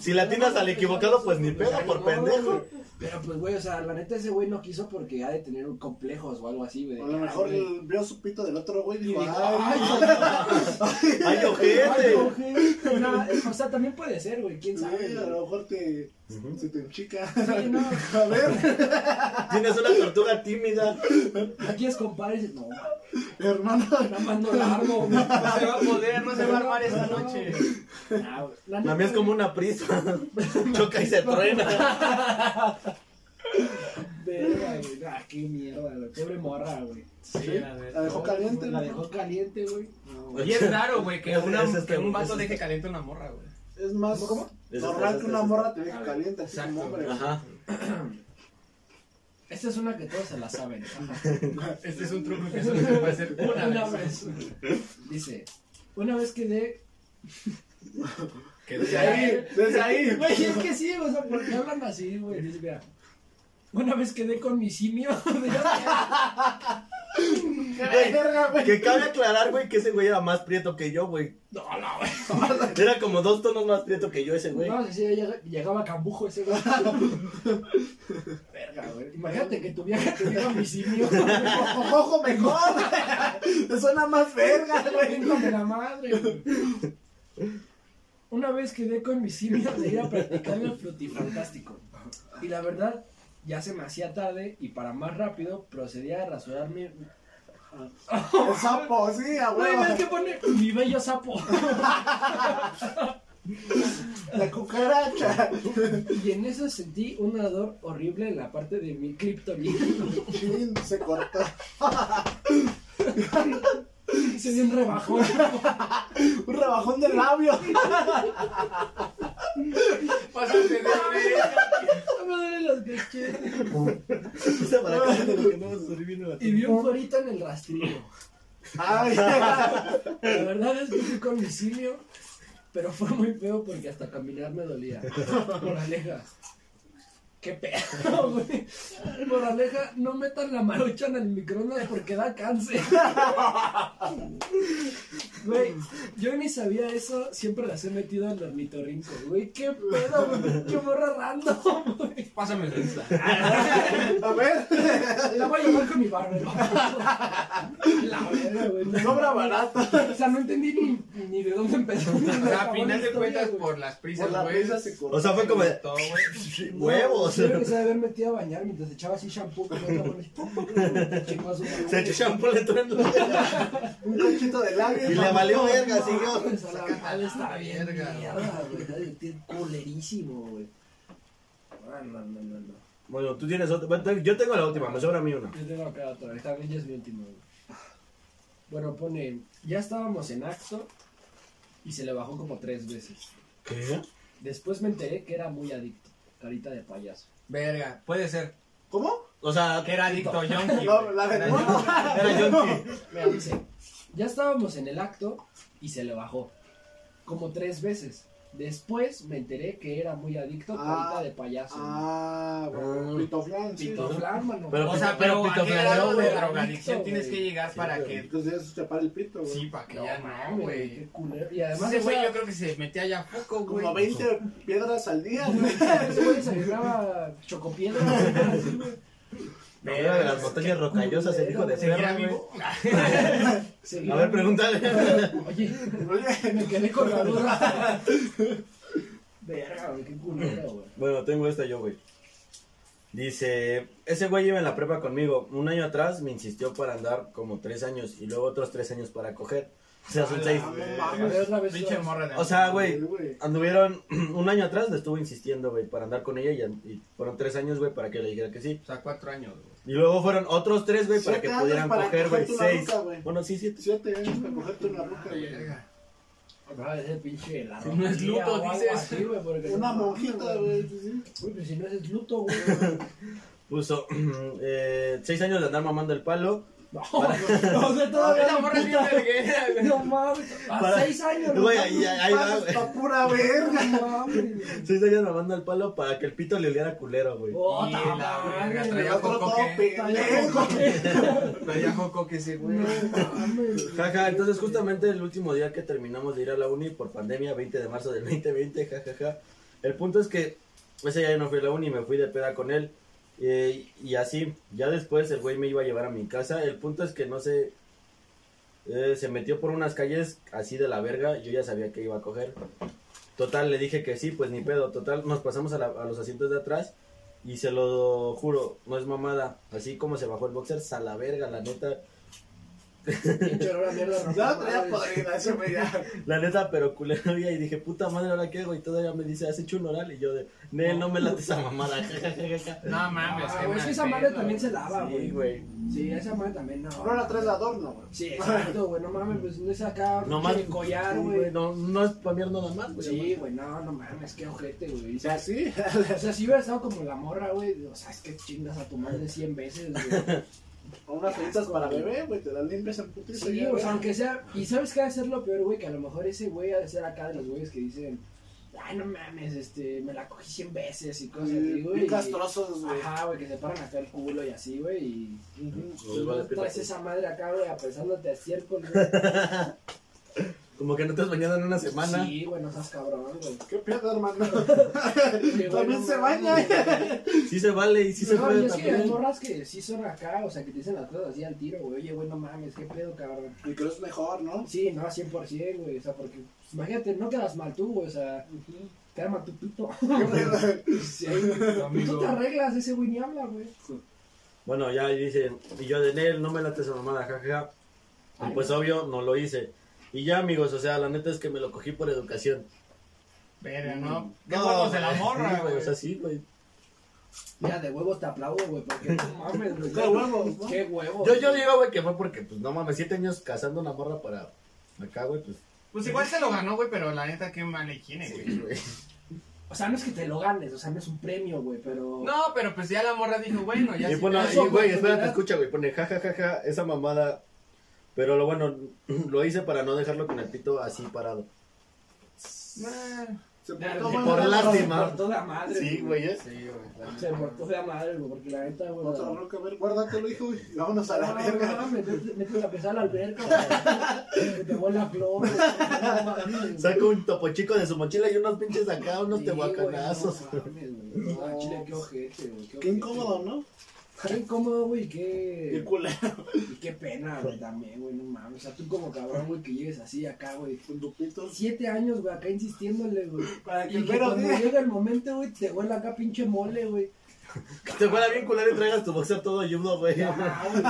D: Si le atinas al equivocado, pues, ni pedo, por pendejo.
C: Pero, pues, güey, o sea, la neta ese güey no quiso porque ha de tener un complejos o algo así, güey. de
B: A
C: que,
B: lo
C: ay,
B: mejor
C: güey,
B: el- vio su pito del otro güey y
C: Y
B: dijo,
C: dijo,
B: ay,
D: ¡Ay,
C: Ay,
D: ojete!
C: ojete. No, es- o sea, también puede ser, güey, quién sabe.
B: sí, a
C: güey.
B: lo mejor te, se te enchica.
C: Sí, no.
B: A ver,
D: Tienes una tortuga tímida.
C: Aquí es compadre y dices, no, nada
B: hermano.
C: más no la armo, güey.
E: No se va a poder, no se va a armar esta noche.
C: Nah, güey. La
D: La
C: neta,
D: mía es como una prisa. Choca y se truena.
C: Verga, güey. Ah, qué mierda, güey. Pobre morra, güey.
E: Sí, la
B: La
E: verdad.
B: dejó caliente.
C: La
B: ¿no?
C: dejó caliente, güey.
B: No,
E: Y es raro, güey, este. que, una-
D: Ese está
E: que un
D: bueno,
E: vato
D: ese
E: deje caliente una morra, güey.
B: Es más
D: Ese está,
B: normal
D: ese
B: que una
D: está,
B: morra te
C: A
B: deje
C: ver,
B: caliente, así
E: exacto,
B: como hombre.
E: güey.
D: Ajá.
C: Esta es una que todos se la saben.
E: Este es un truco que solo se puede hacer una vez.
C: Dice, una vez quedé...
E: Que
B: Desde
E: sea
B: ahí,
E: él.
B: desde ahí.
C: Güey, es que sí, o sea, ¿por qué hablan así, güey? Dice, mira, una vez quedé con mi simio.
D: Güey, que cabe aclarar, güey, que ese güey era más prieto que yo, güey.
C: no, no, güey.
D: Era como dos tonos más prieto que yo ese güey.
C: No, sí, sí, llega- llegaba cambujo ese güey. Verga, güey. Imagínate que tu vieja te diga mi simio.
B: Ojo, ojo, mejor. Suena más verga, güey.
C: de la madre. güey. Una vez quedé con mis simios de ir a practicar el frutifantástico. Y la verdad, ya se me hacía tarde y para más rápido procedía a rasurarme
B: El sapo, sí, a
C: Güey,
B: huevo.
C: es que pone mi bello sapo.
B: La cucaracha.
C: Y en eso sentí un ardor horrible en la parte de mi criptonita.
B: Chin, se cortó.
C: Se dio un rebajón.
B: Un rebajón de labio.
E: Pásate de verga.
C: Me duelen los cachetes.
D: Pisa para acá, de lo que no vas a salir bien a la
C: Y vi un cuerito en el rastrillo.
B: Ay,
C: La verdad es que fui con mi simio, pero fue muy feo porque hasta caminar me dolía. Por aleja. Qué pedo, güey. Moraleja, no metan la marucha en el microondas porque da cáncer. Güey, yo ni sabía eso, siempre las he metido en ornitorrinco, güey. Qué pedo, güey. Qué morra random, güey.
E: Pásame el Insta.
B: A ver,
C: La voy a llevar con mi barbero. La verga, güey. No,
B: sobra barata.
C: O sea, no entendí ni, ni de dónde empezó.
E: O sea, a final de cuentas, por las prisas,
B: Por la
E: güey.
B: mesa se cortó.
F: O sea, fue como de,
E: Todo, güey.
F: huevos.
C: Yo creo que se debe haber metido a bañar mientras echaba así shampoo con otra mano. Chingó a su madre.
F: Se echó shampoo le entró en los dedos.
B: un cochito de
F: Y
B: labios.
F: le valió
D: eh.
F: verga,
C: No,
F: siguió.
C: pues, a la madre está bien
E: Verga.
C: mierda, güey. Está de ti culerísimo, güey. No, Ah, no, no, no, no.
D: Bueno, tú tienes otra. bueno, Yo tengo la última, me sobra a mí una.
C: Yo tengo acá otra, esta ya es mi último, güey. Bueno, pone, ya estábamos en acto y se le bajó como tres veces.
D: ¿Qué?
C: Después me enteré que era muy adicto. Carita de payaso.
E: Verga, puede ser.
B: ¿Cómo?
D: O sea,
E: Que era adicto Yonki.
B: No, la de
E: Era
B: no.
E: yonki.
D: era Yonki.
C: Mira, dice, ya estábamos en el acto y se le bajó. Como tres veces. Después me enteré que era muy adicto,
B: Ah,
C: carita de payaso.
B: Ah, bueno, Pito Flan, sí.
C: Pito flan, mano.
D: Pero-
E: O sea, pero
D: Pito
E: ¿a qué
D: Flandero,
E: grado de
C: güey,
E: drogadicción
C: adicto,
E: tienes
C: güey.
E: que llegar para que...
B: Entonces ya se te para el pito, güey.
E: Sí, para que
C: No,
E: ya
C: mames,
E: no, güey.
C: Qué culero. Y además,
E: Ese
C: o
E: güey
C: sea,
E: yo creo que se metía allá poco, güey.
B: Como 20 piedras al día, güey.
C: ese güey se agarraba chocopiedra. así, güey.
D: Era de las montañas rocallosas, el hijo de
E: ¿Seguirá
D: Sierra, güey.
E: vivo?
C: Seguía-
D: A ver, pregúntale.
C: Oye,
B: Oye,
C: me quedé con la duda. Verga, güey, qué culero, güey.
D: Bueno, tengo esta yo, güey. Dice, ese güey iba en la prepa conmigo. Un año atrás me insistió para andar como tres años y luego otros tres años para coger. O sea, son
E: A la
D: seis.
E: verga.
C: A ver, otra vez.
E: Pinche morra de...
D: O sea, güey,
B: güey.
D: anduvieron un año atrás, le estuve insistiendo, güey, para andar con ella y, y fueron tres años, güey, para que le dijera que sí.
E: O sea, cuatro años, güey.
D: Y luego fueron otros tres, güey, para
B: Siete
D: que
B: años
D: pudieran
B: para
D: coger, güey,
B: cogerte una
D: seis.
B: ruca, güey.
D: Bueno, sí, siete.
B: Siete años para cogerte una ruca, güey.
E: Verga.
C: Otra vez el pinche la
E: No es luto,
C: romería o algo
E: dices.
C: así, güey, porque
B: Una
C: no mames,
B: monjita, güey. sí, sí.
C: Uy, pero si no es luto, güey.
D: Puso eh, seis años de andar mamando el palo.
C: No, o sea, todavía
E: Esa
C: la
E: morra es bien
C: puta-
E: verguera, güey.
C: No mames, a
D: Para-
C: seis años.
D: Güey,
C: no
D: ahí, ahí va,
B: Pasos
D: güey.
B: pa' pura verga.
C: mames, no mames.
D: Seis años mamando el palo para que el pito le oliera culero, güey.
C: Oh,
E: Y
C: ta
E: la
C: madre,
E: verga,
C: güey.
E: traía
B: Otro
E: joco
B: todo
E: que...
B: pendejo.
E: Traía joco que ese, güey.
C: No mames, güey.
D: Jaja, entonces justamente el último día que terminamos de ir a la uni por pandemia, 20 de marzo del 2020, jajaja. El punto es que ese día yo no fui a la uni, me fui de peda con él. eh, y así, ya después el güey me iba a llevar a mi casa. El punto es que no sé, eh, se metió por unas calles así de la verga. Yo ya sabía que iba a coger. Total, le dije que sí, pues ni pedo. Total, nos pasamos a, la- a los asientos de atrás. Y se lo juro, no es mamada. Así como se bajó el boxer, a la verga, la neta.
C: Pinche olor a mierda, no
B: Ya traía
C: mames.
B: padrina, ese güey ya.
D: La neta, pero culero y dije, puta madre, ¿ahora qué hago? Y todavía me dice, ¿has hecho un oral? Y yo de, Nel, no me late esa mamada.
E: No mames,
C: Ah,
E: qué
C: güey, es
E: mal
C: que esa madre
E: pedo,
C: también se
E: güey.
C: lava,
D: sí,
C: Ah, güey.
D: güey.
C: Sí, esa madre también no.
B: Ahora traes de adorno, güey.
C: Sí, exacto, güey, no mames, pues no es acá
D: No más.
C: pinche collar,
D: sí,
C: güey.
D: No, no es para mierda nada más, güey.
C: Sí, güey, no, no mames, qué ojete, güey.
B: O sea, sí.
C: O sea, si hubiera estado como la morra, güey, o sea, es que chingas a tu madre 100 veces, güey.
B: O unas fritas para bebé, güey. Te las limpias en putiza.
C: Sí,
B: ya,
C: o
B: güey.
C: sea, aunque sea. Y sabes qué va a ser lo peor, güey, que a lo mejor ese güey ha de ser acá de los güeyes que dicen, ay, no mames, este, me la cogí 100 veces y cosas así,
B: Sí,
C: güey.
B: bien
C: y-
B: castrosos, güey.
C: Ajá, güey, que se paran acá el culo y así, güey, y.
B: Ujú.
D: Pues vale,
C: Tú traes
D: pito.
C: esa madre acá, güey, apesándote a cierco, güey.
D: Como que no te has bañado en una semana.
C: Sí, güey, no seas cabrón, güey.
B: ¿Qué pedo, hermano?
C: Porque, güey,
B: También
C: no
B: se
C: mames,
B: baña.
C: güey.
D: Sí se vale y sí se
C: no,
D: puede
C: y es que hay
D: también.
C: morras que sí son acá, o sea, que te dicen las cosas así al tiro, güey. Oye, güey, no mames, qué pedo, cabrón.
B: Y creo que es mejor, ¿no?
C: Sí, no, 100%, güey. O sea, porque, pues, imagínate, no quedas mal tú, güey. O sea, queda mal tu pito.
B: ¿Qué pedo?
C: Sí, güey. Tú te
E: Amigo.
C: arreglas, ese güey ni habla, güey.
D: Bueno, ya dice, y yo de Nel, no me late esa mamada, jajaja. Y pues obvio, no lo hice. Y ya, amigos, o sea, la neta es que me lo cogí por educación.
E: Verga, ¿no? ¿Qué
D: No,
E: huevos de la
D: sí,
C: Ah,
E: morra, güey?
D: O sea, sí, güey.
C: Ya, de huevos te aplaudo, güey, porque no mames, güey.
B: De huevos, ¿no?
C: Qué huevos.
D: Yo, yo digo, güey, que fue porque, pues, no mames, siete años cazando una morra para acá, güey, pues,
E: Pues igual se lo ganó, güey, pero la neta, qué mala higiene, güey.
D: güey.
C: O sea, no es que te lo ganes, o sea, no es un premio, güey, pero.
E: No, pero pues ya la morra dijo, bueno, ya
D: Y
E: sí.
D: pone,
C: te das
D: y, güey,
C: oportunidad.
D: espérate, escucha, güey, pone jajajaja, ja, ja, esa mamada. Pero lo bueno, lo hice para no dejarlo con el pito así parado.
E: Nah.
B: Sí, Se
C: Ya,
B: portó
C: sí,
B: mal.
D: por lástima.
C: Se portó de a madre.
D: Sí, güey, ¿eh?
E: Sí, güey.
C: Se portó de a madre, güey, porque la neta, güey.
B: Otra
C: la-
B: roca, a ver, guárdatelo, hijo, y vámonos a la
C: No, no, no,
B: verga.
C: Métete métete a pesar a la alberca, güey. Que te huele a flor. güey. No mames,
D: Saca un topo chico de su mochila y unos pinches acá, unos
C: Sí,
D: tehuacanazos.
C: güey, no mames, güey. No, Chile, qué ojete, güey.
B: Qué incómodo, ¿no?
C: Qué incómodo, güey,
B: Qué
C: qué,
B: culero.
C: y qué pena, güey, también, güey, no mames. O sea, tú como cabrón, güey, que llegues así acá, güey.
B: Con tupitos.
C: Siete años, güey, acá insistiéndole, güey.
B: Para
C: Y que
B: pero
C: cuando llega el momento, güey, te huele acá pinche mole, güey.
D: Que te fuera bien culero y traigas tu boxer todo ayudo, güey.
C: Ajá, güey,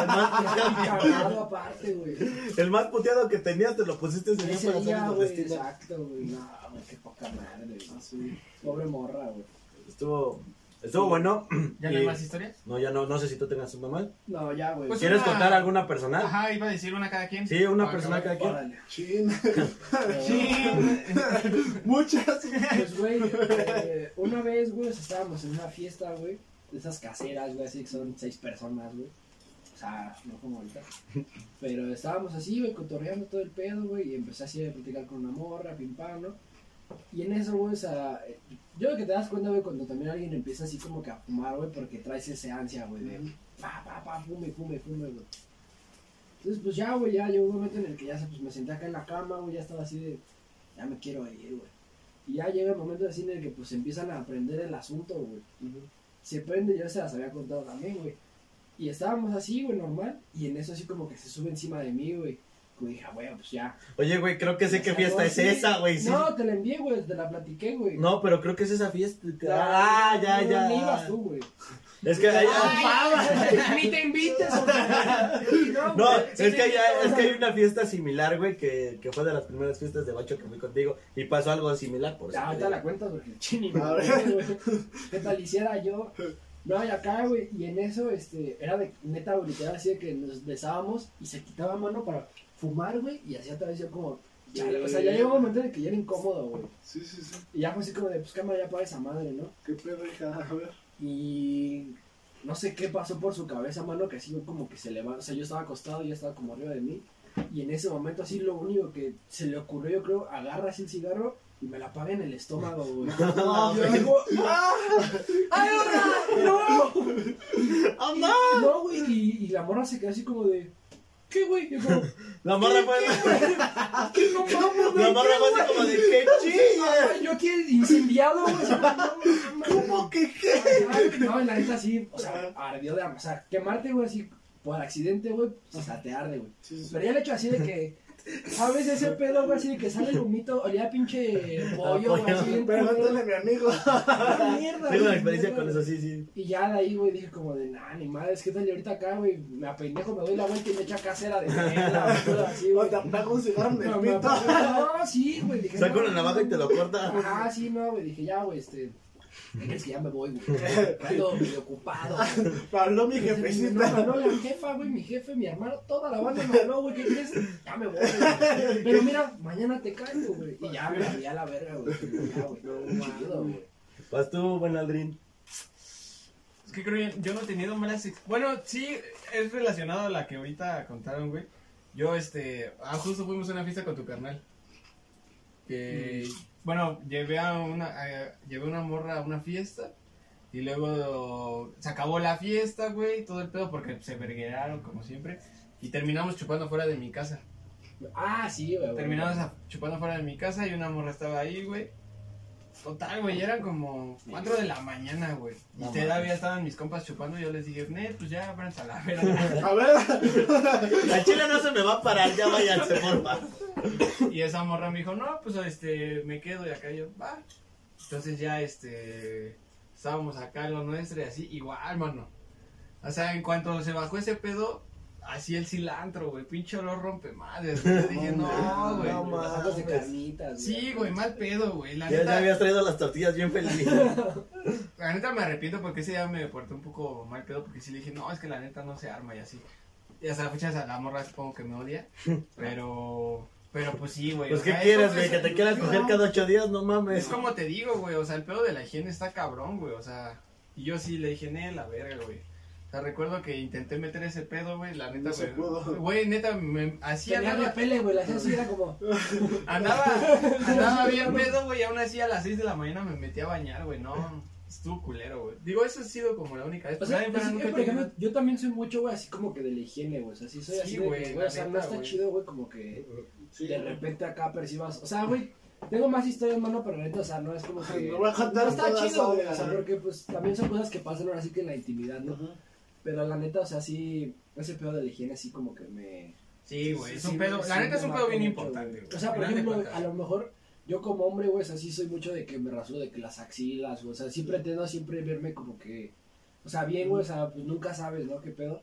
C: cagado aparte, güey.
D: El más puteado que tenías te lo pusiste ese día
C: Ese
D: para hacer
C: día,
D: el
C: güey,
D: vestido.
C: exacto, güey. No, güey, qué poca madre, güey. Pobre morra, güey.
D: Estuvo, estuvo bueno.
E: ¿Ya no hay
D: Y-
E: más historias?
D: No, ya no, no sé si tú tengas una mal.
C: No, ya, güey.
E: Pues,
D: ¿Quieres
E: una-
D: contar alguna personal?
E: Ajá, iba a decir una cada quien.
D: Ah. Sí, una
E: Ah,
D: personal cada
E: cabrón.
D: quien.
C: Órale.
B: Chin.
E: Sí,
B: Muchas.
C: Pues, güey, eh, una vez, güey, o sea, estábamos en una fiesta, güey, de esas caseras, güey, así que son seis personas, güey. O sea, no como ahorita. Pero estábamos así, güey, cotorreando todo el pedo, güey, y empecé así a platicar con una morra, pim pam, ¿no? Y en eso, güey, o sea, eh, yo creo que te das cuenta, güey, cuando también alguien empieza así como que a fumar, güey, porque traes ese ansia, güey, de pa, pa, pa, fume, fume, fume, güey. Entonces, pues ya, güey, ya llegó un momento en el que ya se- pues, me senté acá en la cama, güey, ya estaba así de, ya me quiero ir, güey. Y ya llega el momento así en el que pues empiezan a aprender el asunto, güey. Se prende, yo se las había contado también, güey. Y estábamos así, güey, normal. Y en eso así como que se sube encima de mí, güey. Como dije, "Ah, güey, pues ya.
D: Oye, güey, creo que sé qué
C: Ya
D: fiesta
C: no,
D: es
C: sí.
D: esa, güey. sí.
C: Pues, No, te la envié, güey, te la platiqué, güey.
D: No, pero creo que es esa fiesta.
C: La-
D: Ah, ya,
C: no, Ni ibas
D: ya.
C: tú, güey.
D: Es que hay,
C: Ni te invites, güey.
D: no,
C: güey,
D: es
C: sí te
D: que hay,
C: invito, o
D: es
C: sea,
D: que hay una fiesta similar, güey, que, que fue de las primeras fiestas de Bacho que fui contigo y pasó algo similar por
C: Ya,
D: eso. te
C: ahorita
D: digo.
C: la cuentas porque chini,
B: pues, A
C: güey,
B: ver.
C: güey. ¿Qué tal hiciera yo? No, y acá, güey, y en eso, este, era de neta, güey, literal, así de que nos besábamos y se quitaba mano para fumar, güey, y hacía otra vez yo como, chale, o sea, ya llegó un momento en el que ya era incómodo, güey.
B: Sí, sí, sí.
C: Y ya fue así como de, pues cámara, ya para esa madre, ¿no?
B: Qué pedo, hija. A ver.
C: Y no sé qué pasó por su cabeza, mano, que así güey, como que se levantó. O sea, yo estaba acostado, ya estaba como arriba de mí. Y en ese momento, así lo único que se le ocurrió, yo creo, agarra así el cigarro y me la apaga en el estómago, güey.
D: No,
C: Y digo, ¡Ah! ¡Ay, ahora! ¡No!
D: ¡Anda!
C: Y- No, güey. Y, y la morra se quedó así como de. ¿Qué, güey? Y Yo como,
D: La morra pues, fue.
C: ¿qué no mames, güey?
D: La morra
C: ¿Qué,
D: fue así como de qué chilla.
C: güey? Yo aquí incendiado, güey. así como, "No mames".
D: ¿Cómo que qué?
C: Ay, No, la neta sí, o sea, ardió de O sea, quemarte, güey, así por accidente, güey, o sea, te arde, güey.
B: Sí, sí, sí.
C: Pero ya el hecho así de que, ¿sabes? Ese pedo, güey, así de que sale el humito, olía a
D: Ah,
C: pinche pollo, güey, así. bien
B: Pregúntale a mi amigo.
C: culero. Mierda,
D: Tengo una
C: güey,
D: experiencia
C: mierda,
D: con eso, sí, sí.
C: Y ya de ahí, güey, dije como de, nah, ni madre, es que tal y ahorita acá, güey, me apendejo, me doy la vuelta y me echa casera de mierda, güey, todo así,
B: O
C: güey.
B: te apago un cigarro en el
C: No, me
B: pito.
C: apagó. No, sí, güey, dije.
D: Saca
C: no,
D: una navaja y te lo corta.
C: Ah, sí, no, güey, dije, ya, güey, este, es que ya me voy, güey, ando medio ocupado, güey.
B: Me habló mi
C: No,
B: jefecita.
C: habló la jefa, güey, mi jefe, mi hermano, toda la banda me habló, güey, ¿qué crees? Ya me voy, güey. Pero mira, mañana te caigo, güey. Y ya me fui a la verga, güey. Ya, güey, no, malo, güey.
D: Vas tú, buen Aldrin.
E: Es que creo que yo no he tenido malas ex- Bueno, sí, es relacionado a la que ahorita contaron, güey. Yo, este. Ah, justo fuimos a una fiesta con tu carnal. Que. Bueno, llevé a una. a- llevé una morra a una fiesta. Y luego se acabó la fiesta, güey. Todo el pedo porque se vergueraron, como siempre. Y terminamos chupando fuera de mi casa.
C: Ah, sí, güey.
E: Terminamos a- chupando fuera de mi casa y una morra estaba ahí, güey. Total, güey, era como 4 de la mañana, güey. Y
D: No
E: todavía estaban mis compas chupando y yo les dije, Ned, pues ya, váyanse a la verga.
B: A ver.
D: La chila no se me va a parar, ya váyanse, porfa.
E: y esa morra me dijo, no, pues este, me quedo y acá yo, va. Entonces ya, este, estábamos acá en lo nuestro y así, igual, mano. O sea, en cuanto se bajó ese pedo, así el cilantro, güey, pinche olor rompe madres. Yo dije,
C: Ah,
E: no, güey.
D: no,
C: Los tacos de
D: mames.
C: carnitas,
E: Sí, güey, mal pedo, güey. La
D: Ya,
E: neta-
D: ya habías traído las tortillas bien feliz.
E: La neta me arrepiento porque ese día me porté un poco mal pedo porque sí le dije, no, es que la neta no se arma y así. Y hasta la fecha esa- la morra supongo que me odia, pero, pero pues sí, güey.
D: Pues,
E: o
D: ¿qué
E: sea,
D: quieres,
E: eso
D: güey?
E: es-
D: Que te quieras coger cada ocho días, no mames.
E: Es como te digo, güey, o sea, el pedo de la higiene está cabrón, güey, o sea, y yo sí le dije, "Ne, la verga, güey. O sea, recuerdo que intenté meter ese pedo, güey, la neta,
B: No se
E: güey.
B: pudo.
E: Güey, neta, me hacía
C: Tenía
E: andaba,
C: repele, güey, la gente así era como...
E: andaba, andaba bien pedo, güey, y aún así a las 6 de la mañana me metí a bañar, güey, no, estuvo culero, güey. Digo, eso ha sido como la única vez.
C: O
E: pero
C: sea,
E: de ahí en fuera
C: es que,
E: nunca he
C: por ejemplo,
E: tenido-
C: yo también soy mucho, güey, así como que de la higiene, güey. O sea, sí soy
E: Sí,
C: así
E: güey,
C: de que, güey,
E: la
C: o sea, no
E: neta,
C: está
E: güey.
C: chido, güey, como que
B: Sí.
C: de repente acá percibas... O sea, güey, tengo más historias, mano, pero neta, o sea, no es como que...
B: No voy a
C: No
B: cantar
C: está
B: todas,
C: chido, güey, o sea,
B: ¿sabes?
C: porque pues también son cosas que pasan ahora sí que en la intimidad, ¿no?
B: Ajá.
C: Pero la neta, o sea, sí, ese pedo de la higiene así como que me...
E: Sí, güey, es
C: sí
E: un
C: me-
E: pedo,
C: sí
E: la neta
C: me
E: es un
C: marcó
E: pedo bien
C: mucho,
E: importante,
C: güey.
E: güey.
C: O sea, por
E: Al final de
C: ejemplo,
E: cuentas.
C: a lo mejor yo como hombre, güey, o sea, sí soy mucho de que me rasuro de que las axilas, güey, o sea, sí pretendo siempre verme como que, o sea, bien, güey, o sea, pues nunca sabes, ¿no? ¿Qué pedo?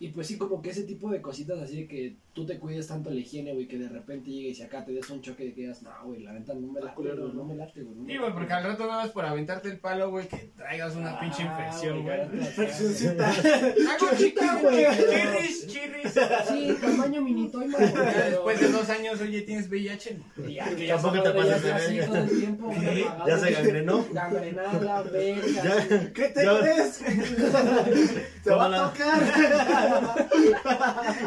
C: Y pues sí, como que ese tipo de cositas así de que tú te cuides tanto la higiene, güey, que de repente llegues y acá te des un choque de que digas, no, güey, la neta no me
B: Está
C: late,
B: culero,
C: güey, no
B: ¿no?
C: me late, güey. no me
E: Sí, güey,
C: late".
E: porque al rato nada más por aventarte el palo, güey, que traigas una
C: Ah,
E: pinche infección, güey.
C: la neta, o sea,
B: Infeccioncita.
E: Hago chica, güey. Chirris, chirris.
C: Sí, tamaño minitoima, güey.
E: Ya
C: pero-
E: después de dos años, oye, tienes VIH.
C: Ya, que
D: Tampoco
C: se
D: te
C: madre, ya
D: pases de
C: está así
D: verga.
C: todo el tiempo, güey, apagado,
D: Ya se
C: güey.
D: gangrenó.
C: Gangrenada, verga.
D: Ya.
C: sí.
B: ¿Qué te
D: Ya-
B: crees? Te
D: Como
B: va
D: la-
B: a tocar.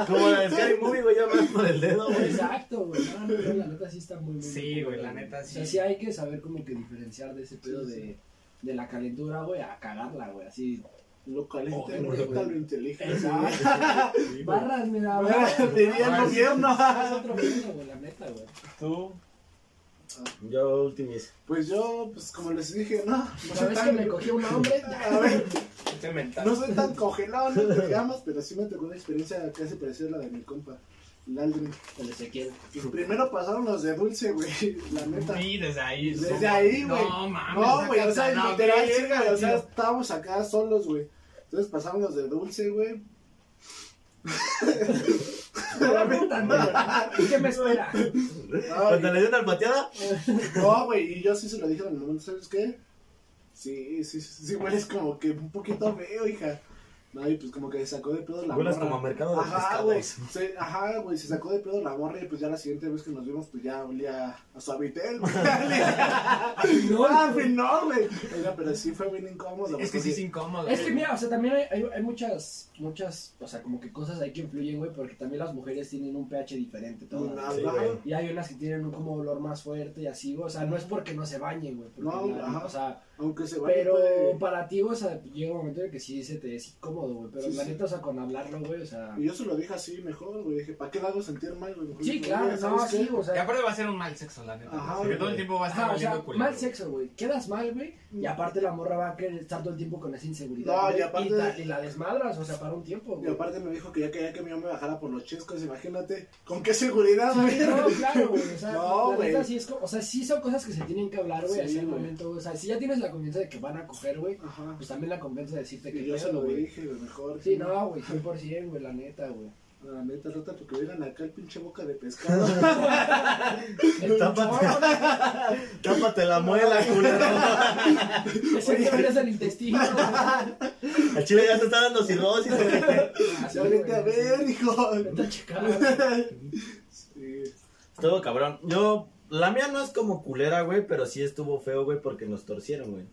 D: Como la de Scary Movie, güey, ya más por el dedo, güey.
C: Exacto, güey. No, no, no, la neta sí está muy, muy
E: Sí,
C: muy
E: güey, la
C: culero,
E: neta
C: güey.
E: sí.
C: O sea, sí hay que saber como que diferenciar de ese pedo
B: Sí, sí.
C: de, de la calentura, güey, a cagarla, güey. Así.
B: Lo caliente,
C: Ojo,
B: lo
C: güey.
B: recta, lo inteligente.
C: Exacto. Barras, mira, barras.
B: Diría el
E: Ah, sí.
B: gobierno.
C: Es otro pedo, güey, la neta, güey.
E: Tú.
D: Yo ultimis.
B: Pues yo, pues como les dije, no. No
C: La
B: soy
C: vez que
B: tan,
C: me cogí a un hombre,
B: a ver,
E: Te mental.
B: no soy tan congelado en las gamas, pero sí me tocó una experiencia casi parecida a la de mi compa, el Aldrin. Pues
C: con Ezequiel.
B: Primero pasaron los de dulce, güey, la neta.
E: Sí, desde ahí.
B: Desde
E: no,
B: ahí, güey.
E: No, mames.
B: No, güey, o sea,
E: sácate a la
B: literal,
E: verga,
B: sí, güey, o sea,
E: tío.
B: estábamos acá solos, güey. Entonces pasaron los de dulce, güey.
C: ¿Y qué me espera?
B: Ay,
D: Cuando le dio una alpateada,
B: No, güey, y yo sí se lo dije a mi mamá, ¿sabes qué? Sí, sí, sí, sí, hueles como que un poquito feo, hija. No, y pues como que se sacó de pedo la
D: Hueles
B: morra.
D: como a mercado de
B: Ajá,
D: pescados.
B: güey, se- Ajá, güey, se sacó de pedo la morra y pues ya la siguiente vez que nos vimos, pues ya olía a suavitel. güey.
C: No,
B: no, al fin no, güey. Oiga, pero sí fue bien incómodo.
E: Es que
B: porque-
E: sí es incómodo.
C: Es que
E: güey.
C: mira, o sea, también hay, hay- hay muchas, muchas, o sea, como que cosas ahí que influyen, güey, porque también las mujeres tienen un pH diferente, todas.
B: Ajá.
D: Sí, güey.
C: Y hay unas que tienen un como olor más fuerte y así, güey, o sea, no es porque no se bañen, güey, porque
B: No,
C: la-
B: ajá.
C: o sea,
B: Aunque se vaya,
C: pero
B: puede-
C: para ti, güey, o sea, llega un momento en el que sí se te es incómodo, güey, pero
B: Sí,
C: la
B: sí.
C: neta, o sea, con hablarlo, güey, o sea,
B: Y yo se lo dije así mejor, güey. Dije, ¿para qué la hago sentir mal, pues, güey? Mejor
C: sí,
B: dije,
C: claro,
B: oye,
C: no,
B: ¿sabes
C: sí,
B: qué?
C: o
E: Y
C: sea,
E: aparte va a ser un mal sexo, la neta.
B: Ajá,
E: porque todo el
D: güey.
E: tiempo va a estar
C: ajá, o sea,
E: oliendo culero.
C: mal sexo, güey, quedas mal, güey, y aparte la morra va a querer estar todo el tiempo con esa inseguridad,
B: Mm. No, y
C: güey,
B: aparte-
C: ta- y la desmadras, o sea, para un tiempo,
B: Y
C: güey.
B: aparte me dijo que ya quería que mi hombre bajara por los chescos, imagínate. ¿Con qué seguridad, güey?
C: No, claro, güey. O sea,
B: No,
C: la neta
B: güey.
C: sí es co- o sea, sí son cosas que se tienen que hablar,
B: Sí,
C: güey, así al
B: güey.
C: momento, güey. O sea, si ya tienes la confianza de que van a coger, güey,
B: Ajá.
C: pues también la confianza de decirte que
B: Y yo se lo
C: güey.
B: dije, lo mejor.
C: Sí, no, güey, 100%, güey, la neta, güey.
B: La neta, rata, porque vengan acá el pinche boca de pescado.
C: El
D: Tápate.
C: pulmón,
D: tápate la muela, culero.
C: Ese
B: Oye.
C: cabrón es el intestino. güey.
D: Al chile ya te está dando cirrosis, güey.
C: Así,
B: Ya vete a
C: güey,
B: ver, hijo.
C: así. Vete a checar.
B: Sí.
D: Estuvo cabrón. Yo, la mía no es como culera, güey, pero sí estuvo feo, güey, porque nos torcieron, güey.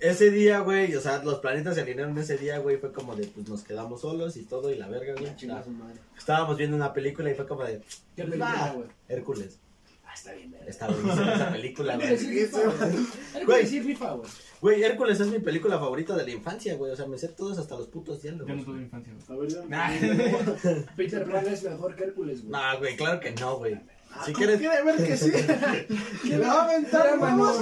D: Ese día, güey, o sea, los planetas se alinearon ese día, güey, fue como de, pues nos quedamos solos y todo, y la verga, güey.
C: Ya, chinga su madre.
D: Estábamos viendo una película y fue como de,
C: Qué película, güey.
D: Hércules,
C: Ah, está bien, verga.
D: está buenísima esa película,
C: Hércules
D: güey.
C: sí rifa, güey.
D: Güey.
C: Hércules sí rifa, güey.
D: Güey, Hércules es mi película favorita de la infancia, güey, o sea, me sé todos hasta los putos
E: Yo no
D: diálogos.
E: tuve infancia. güey.
B: A ver, ah, ya.
E: Nah.
C: Peter Pan es mejor que Hércules, güey.
D: No, güey, claro que no, güey.
B: Ah,
D: Si
B: ¿cómo
D: quieres,
B: quiere ver que sí? Que la va a aventar,
C: Era, mano,
B: vamos.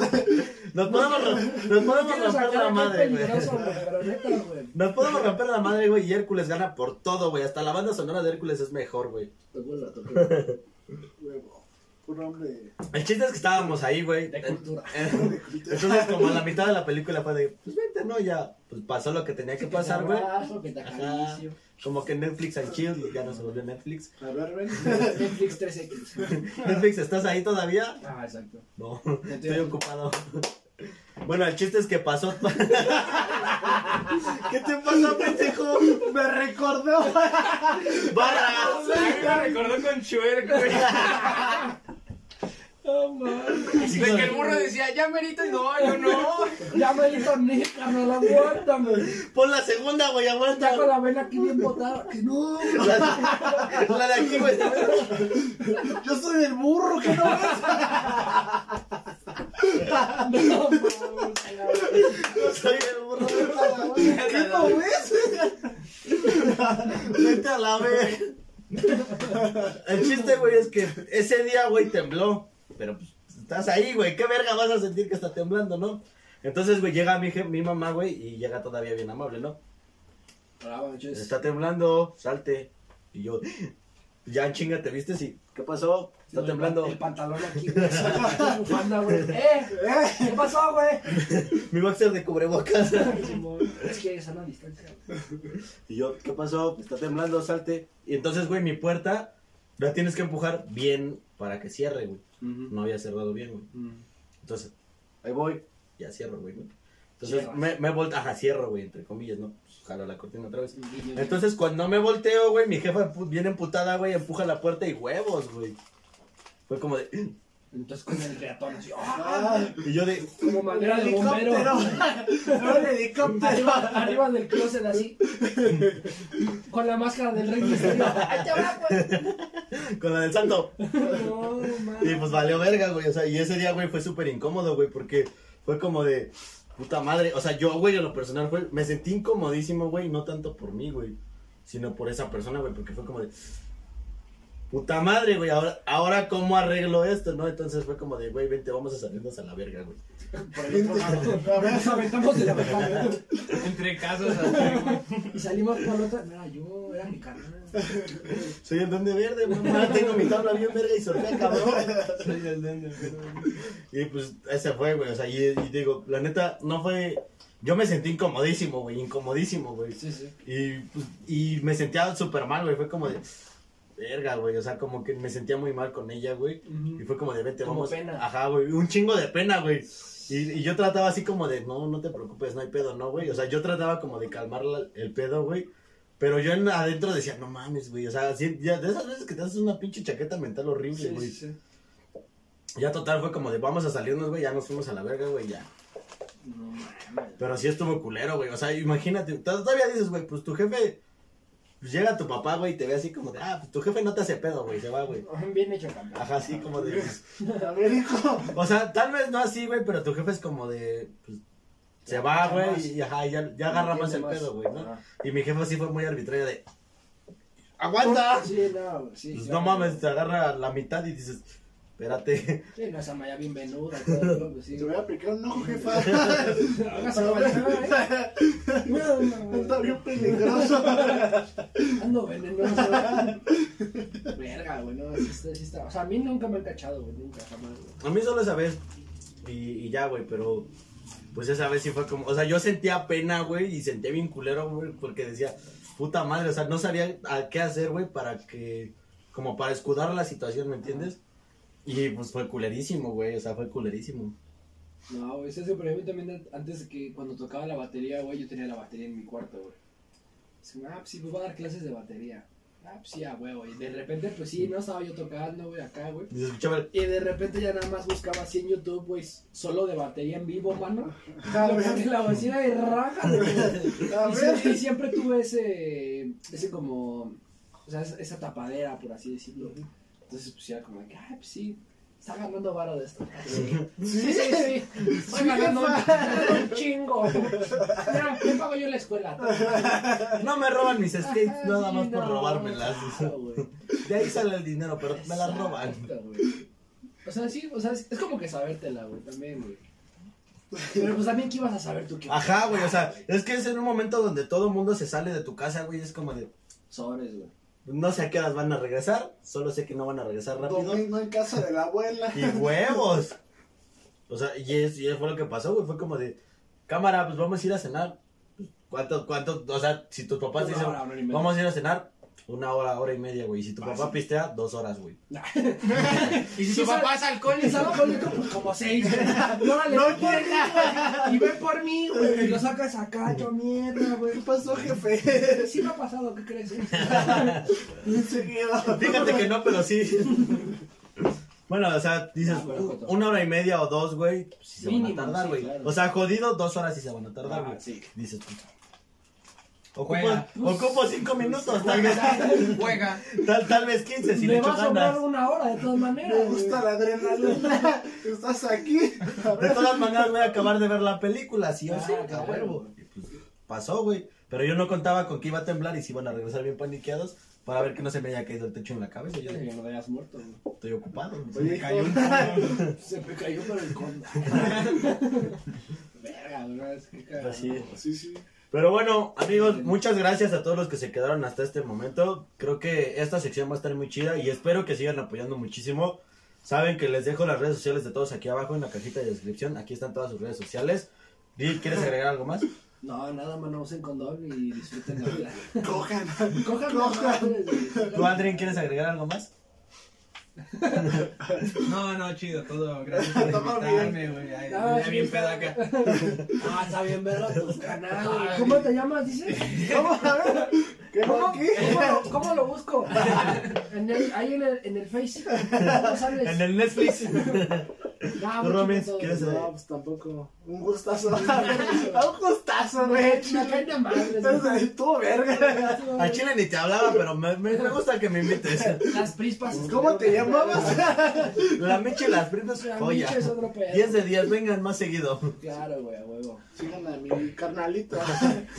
D: nos podemos, ro- nos podemos
C: quiero
D: romper
C: sacar
D: la
C: acá
D: madre, güey.
C: peligroso, güey, pero neta, güey.
D: Nos podemos romper la madre, güey, y Hércules gana por todo, güey. Hasta la banda sonora de Hércules es mejor, güey.
C: Tocó la tocó.
B: Huevo. Un hombre
D: El chiste es que estábamos ahí, güey.
C: De cultura.
B: de cultura.
D: Entonces, como a la mitad de la película fue de, pues vente, ¿no? Ya, pues pasó lo que tenía que
C: Que
D: pasar,
C: te
D: güey.
C: abrazo, Que te
D: Ajá.
C: acaricio.
D: Como que Netflix and Chill, ya no se volvió Netflix.
B: A ver, ven.
C: Netflix 3X.
D: Netflix, ¿estás ahí todavía?
C: Ah, exacto.
D: No,
C: estoy
D: estoy
C: aquí.
D: ocupado. Bueno, el chiste es que pasó.
B: ¿Qué te pasa, pendejo? Me recordó.
D: ¡Barras!
E: Ah, A mí me recordó con Chuer, güey.
C: No mames.
E: De que el burro decía, ya merito, y no, yo no.
C: Ya me hizo ni, carnal, aguántame.
A: Pon la segunda, güey, aguanta.
C: Está con la vena aquí bien botada. Que no.
A: La, la de aquí, güey.
B: Yo soy el burro, que no ves.
C: No mames.
A: Soy el burro.
B: ¿Qué no ves?
A: Vete a la vez.
D: El chiste, güey, es que ese día, güey, tembló. Pero pues, estás ahí, güey. ¿Qué verga vas a sentir que está temblando, no? Entonces, güey, llega mi, je- mi mamá, güey, y llega todavía bien amable, ¿no?
C: Bravo, muchachos.
D: Está temblando, salte. Y yo, "Ah, ya en chinga te viste, sí. ¿Qué pasó? Está temblando.
C: El pantalón aquí, güey. Saca tu bufanda, güey. ¡Eh! ¿Qué pasó, güey?
D: Mi boxer de cubrebocas.
C: Es que es a la distancia.
D: Y yo, ¿qué pasó? Está temblando, salte. Y entonces, güey, mi puerta la tienes que empujar bien para que cierre, güey. No había cerrado bien, güey. Entonces, ahí voy, ya cierro, güey. ¿no? Entonces,
C: Cierras.
D: me, me volteo, ajá, cierro, güey, entre comillas, ¿no? Pues, jalo la cortina otra vez. Entonces, cuando me volteo, güey, mi jefa pu- viene emputada, güey, empuja la puerta y huevos, güey. Fue como de.
C: Entonces con el reatón así. ¡ah!
B: Ah,
D: Y yo de.
C: Como manera de bombero.
B: un helicóptero.
C: Arriba, arriba del closet así. Con la máscara del rey misterio. ¡Ay, te va, güey!
D: Con la del santo.
C: No,
D: Y
C: mames.
D: pues valió verga, güey. O sea, y ese día, güey, fue súper incómodo, güey, porque fue como de puta madre. O sea, yo, güey, en lo personal, fue, me sentí incomodísimo, güey, no tanto por mí, güey, sino por esa persona, güey, porque fue como de puta madre, güey. Ahora, ahora, ¿cómo arreglo esto, no? Entonces fue como de, güey, vente, vamos a salirnos a la verga, güey.
C: Por el otro lado. Ahora Nos aventamos de la ventana.
E: Entre casos así, güey.
C: Y salimos por la otra. No era yo, era mi carnal.
D: Soy el duende verde, mamá. Tengo mi tabla bien verga y sortea, cabrón.
E: Soy el duende, pero-
D: Y pues ese fue, güey. O sea, y, y digo, la neta, no fue. Yo me sentí incomodísimo, güey, incomodísimo, güey.
C: Sí, sí.
D: Y, pues, y me sentía súper mal, güey. Fue como de. Verga, güey. O sea, como que me sentía muy mal con ella, güey.
C: Ujú.
D: Y fue como de, vete,
C: Como
D: vamos.
C: pena.
D: Ajá, güey. Un chingo de pena, güey. Y, y yo trataba así como de, no, no te preocupes, no hay pedo, no, güey. O sea, yo trataba como de calmar la- el pedo, güey. Pero yo en- adentro decía, no mames, güey. O sea, así, ya, de esas veces que te haces una pinche chaqueta mental horrible,
C: Sí,
D: güey.
C: sí, sí.
D: Ya total fue como de, vamos a salirnos, güey. Ya nos fuimos a la verga, güey, ya.
C: No mames.
D: Pero sí estuvo culero, güey. O sea, imagínate, to- todavía dices, güey, pues tu jefe. Pues llega tu papá, güey, y te ve así como de, ah, pues tu jefe no te hace pedo, güey, se va, güey.
C: Bien hecho, campeón.
D: Ajá, así como de. pues,
B: A ver, hijo.
D: o sea, tal vez no así, güey, pero tu jefe es como de. Pues, se va, güey, y ajá, ya, ya agarra más el
C: Entiende más.
D: pedo, güey, ¿no?
C: Ajá.
D: Y mi jefe sí fue muy arbitraria de. ¡Aguanta!
C: Sí, no, güey, sí.
D: Pues
C: sí,
D: no
C: sí.
D: mames, te agarra la mitad y dices, espérate.
C: Sí, no, esa maya bien venuda. todo, pues, sí.
B: Te voy a aplicar un ojo, jefa.
C: Hágase la ventana, ¿eh? No, no, no.
B: Está bien peligroso.
C: Ando venenoso. Verga, güey, no, sí está, sí está. O sea, a mí nunca me han cachado, güey, nunca, jamás, güey.
D: A mí solo esa vez. Y, y ya, güey, pero. Pues esa vez sí fue como. O sea, yo sentía pena, güey, y sentía bien culero, güey, porque decía, puta madre, o sea, no sabía a qué hacer, güey, para que. Como para escudar la situación, ¿me entiendes? Y pues fue culerísimo, güey, o sea, fue culerísimo.
C: No, güey, ese por ejemplo también antes de que cuando tocaba la batería, güey, yo tenía la batería en mi cuarto, güey. Así, ah, pues sí, pues voy a dar clases de batería. Ah, pues sí, a huevo. Y de repente, pues sí, no estaba yo tocando, güey, acá, güey.
D: Y se escuchaba el-
C: Y de repente ya nada más buscaba así en YouTube, güey, solo de batería en vivo, mano. Lo ponía en la bocina y rájale, güey.
B: A
C: Y
B: ver.
C: siempre, y siempre tuve ese, ese como, o sea, esa esa tapadera, por así decirlo. Entonces, pues era como de que, ah, pues sí, está ganando varo de esto. Sí, sí, sí. Estoy ganando un- ganando un chingo. Mira, me pago yo la escuela.
D: "Ah, No me roban mis skates,
C: Ajá,
D: nada
C: sí,
D: más por
C: no,
D: robármelas.
C: claro, güey.
D: De ahí sale el dinero, pero me las roban.
C: Exacto, güey. O sea, sí, o sea, es, es como que sabértela, güey, también, güey. Pero pues también, ¿qué ibas a saber tú? qué?
D: Ajá, güey, o sea, es que es en un momento donde todo mundo se sale de tu casa, güey, es como de.
C: Sobres, güey.
D: No sé a qué horas van a regresar, solo sé que no van a regresar rápido.
B: Domingo en casa de la abuela.
D: ¡Y huevos! O sea, y eso, y eso fue lo que pasó, güey. Fue como de, cámara, pues vamos a ir a cenar. ¿Cuánto, cuánto? O sea, si tus papás
C: Una
D: dicen,
C: hora, hora y media. Ah,
D: vamos a ir a cenar, una hora, hora y media, güey. Y si tu papá pistea, dos horas, güey.
E: Y si
C: Sí,
E: su
C: sabe-
E: papá es
C: El
E: alcohólico,
C: sábado yo como, como seis. No, vale,
B: No
C: ven por mí, güey. Y ven por mí, güey. Y lo sacas acá, yo mierda,
B: ¿Qué
C: güey.
B: pasó, jefe?
C: Sí me ha pasado, ¿qué crees?
B: Bien seguido.
D: Fíjate que no, pero sí. Bueno, o sea, dices
C: Ah, bueno,
D: u-
C: coto.
D: una hora y media o dos, güey, pues, sí se
C: Mínimo,
D: van a tardar,
C: sí,
D: güey.
C: claro.
D: O sea, jodido, dos horas sí se van a tardar,
C: Ah,
D: güey.
C: sí.
D: Dices, pues, ocupo,
E: Juega.
C: pues,
D: ocupo cinco minutos, tal vez,
C: Me
E: Juega.
D: tal, tal vez quince, si le
C: pues, va
D: echo
C: a sobrar
D: ganas.
C: una hora de todas maneras. güey.
B: gusta la adrenalina. Estás aquí. A
D: De
B: ver,
D: todas maneras voy a acabar de ver la película, sí o sí,
C: Ah,
D: a
C: claro.
D: huevo. Y, pues, pasó, güey. Pero yo no contaba con que iba a temblar y si iban a regresar bien paniqueados para ver que no se me haya caído el techo en la cabeza. Yo
C: Fíjate
D: dije,
C: que no te hayas muerto, güey.
D: estoy ocupado.
E: Se me
B: Oye,
E: cayó un poco.
C: Se me cayó por el conda. Verga, güey, es que cagado.
D: Pues sí.
B: Sí, sí.
D: Pero bueno, amigos, muchas gracias a todos los que se quedaron hasta este momento. Creo que esta sección va a estar muy chida y espero que sigan apoyando muchísimo. Saben que les dejo las redes sociales de todos aquí abajo en la cajita de descripción. Aquí están todas sus redes sociales. Di, ¿quieres agregar algo más?
C: No, nada, mano, usen condón y disfruten la vida.
B: Cojan.
C: Cojan,
B: Cojan.
C: cojan. güey.
D: ¿Tú, Adrián, quieres agregar algo más?
E: No, no, chido todo. Gracias por
B: Todo
E: invitarme, güey. Ay,
C: No,
E: Ya
C: sí,
E: bien
C: está-
E: pedaca.
C: Ah, está bien verlo tus canales.
E: Ay.
C: ¿Cómo te llamas? Dices.
B: ¿Cómo? A ver. ¿Qué
C: ¿Cómo,
B: va aquí?
C: cómo lo, cómo lo busco? En el, ahí en el, en el Face. ¿Cómo sales?
D: En el Netflix.
C: No,
D: Tú,
C: mucho
D: Romis,
C: gusto.
D: ¿quieres-
B: No, pues tampoco. Un gustazo. Un gustazo, güey.
C: Me caen de madres,
B: Entonces ahí estuvo verga.
C: güey.
D: A Chile ni te hablaba, pero me, me- me gusta que me invites.
C: Las prispas.
B: ¿Cómo te llamabas?
D: La Michi y las primas,
C: La
D: joya.
C: Michi es otro pedo.
D: 10 de 10, vengan más seguido.
C: Claro, güey, a huevo.
B: Sigan a mi carnalita.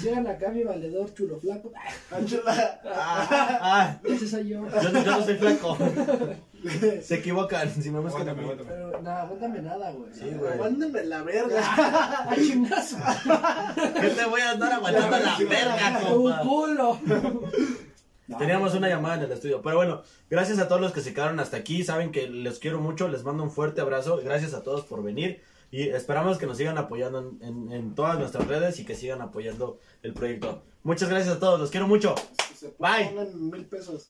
C: Llegan acá mi valedor chulo flaco.
B: Ángela.
D: Ah, ah,
C: Ese soy yo.
D: yo, no- yo no soy flaco. Se equivocan. Si me buscan a
E: Aguántame,
D: mí.
E: aguántame.
C: Pero nada, aguántame nada, güey.
D: Sí, güey.
B: Mándame la verga.
C: A chingazo.
D: Yo te voy a andar aguantando la verga,
C: Tu
D: compa.
C: culo.
D: Teníamos una llamada en el estudio. Pero bueno, gracias a todos los que se quedaron hasta aquí. Saben que les quiero mucho. Les mando un fuerte abrazo. Gracias a todos por venir. Y esperamos que nos sigan apoyando en, en- en todas nuestras redes y que sigan apoyando el proyecto. Muchas gracias a todos. Los quiero mucho.
B: Se
D: Bye.
B: ponen mil pesos.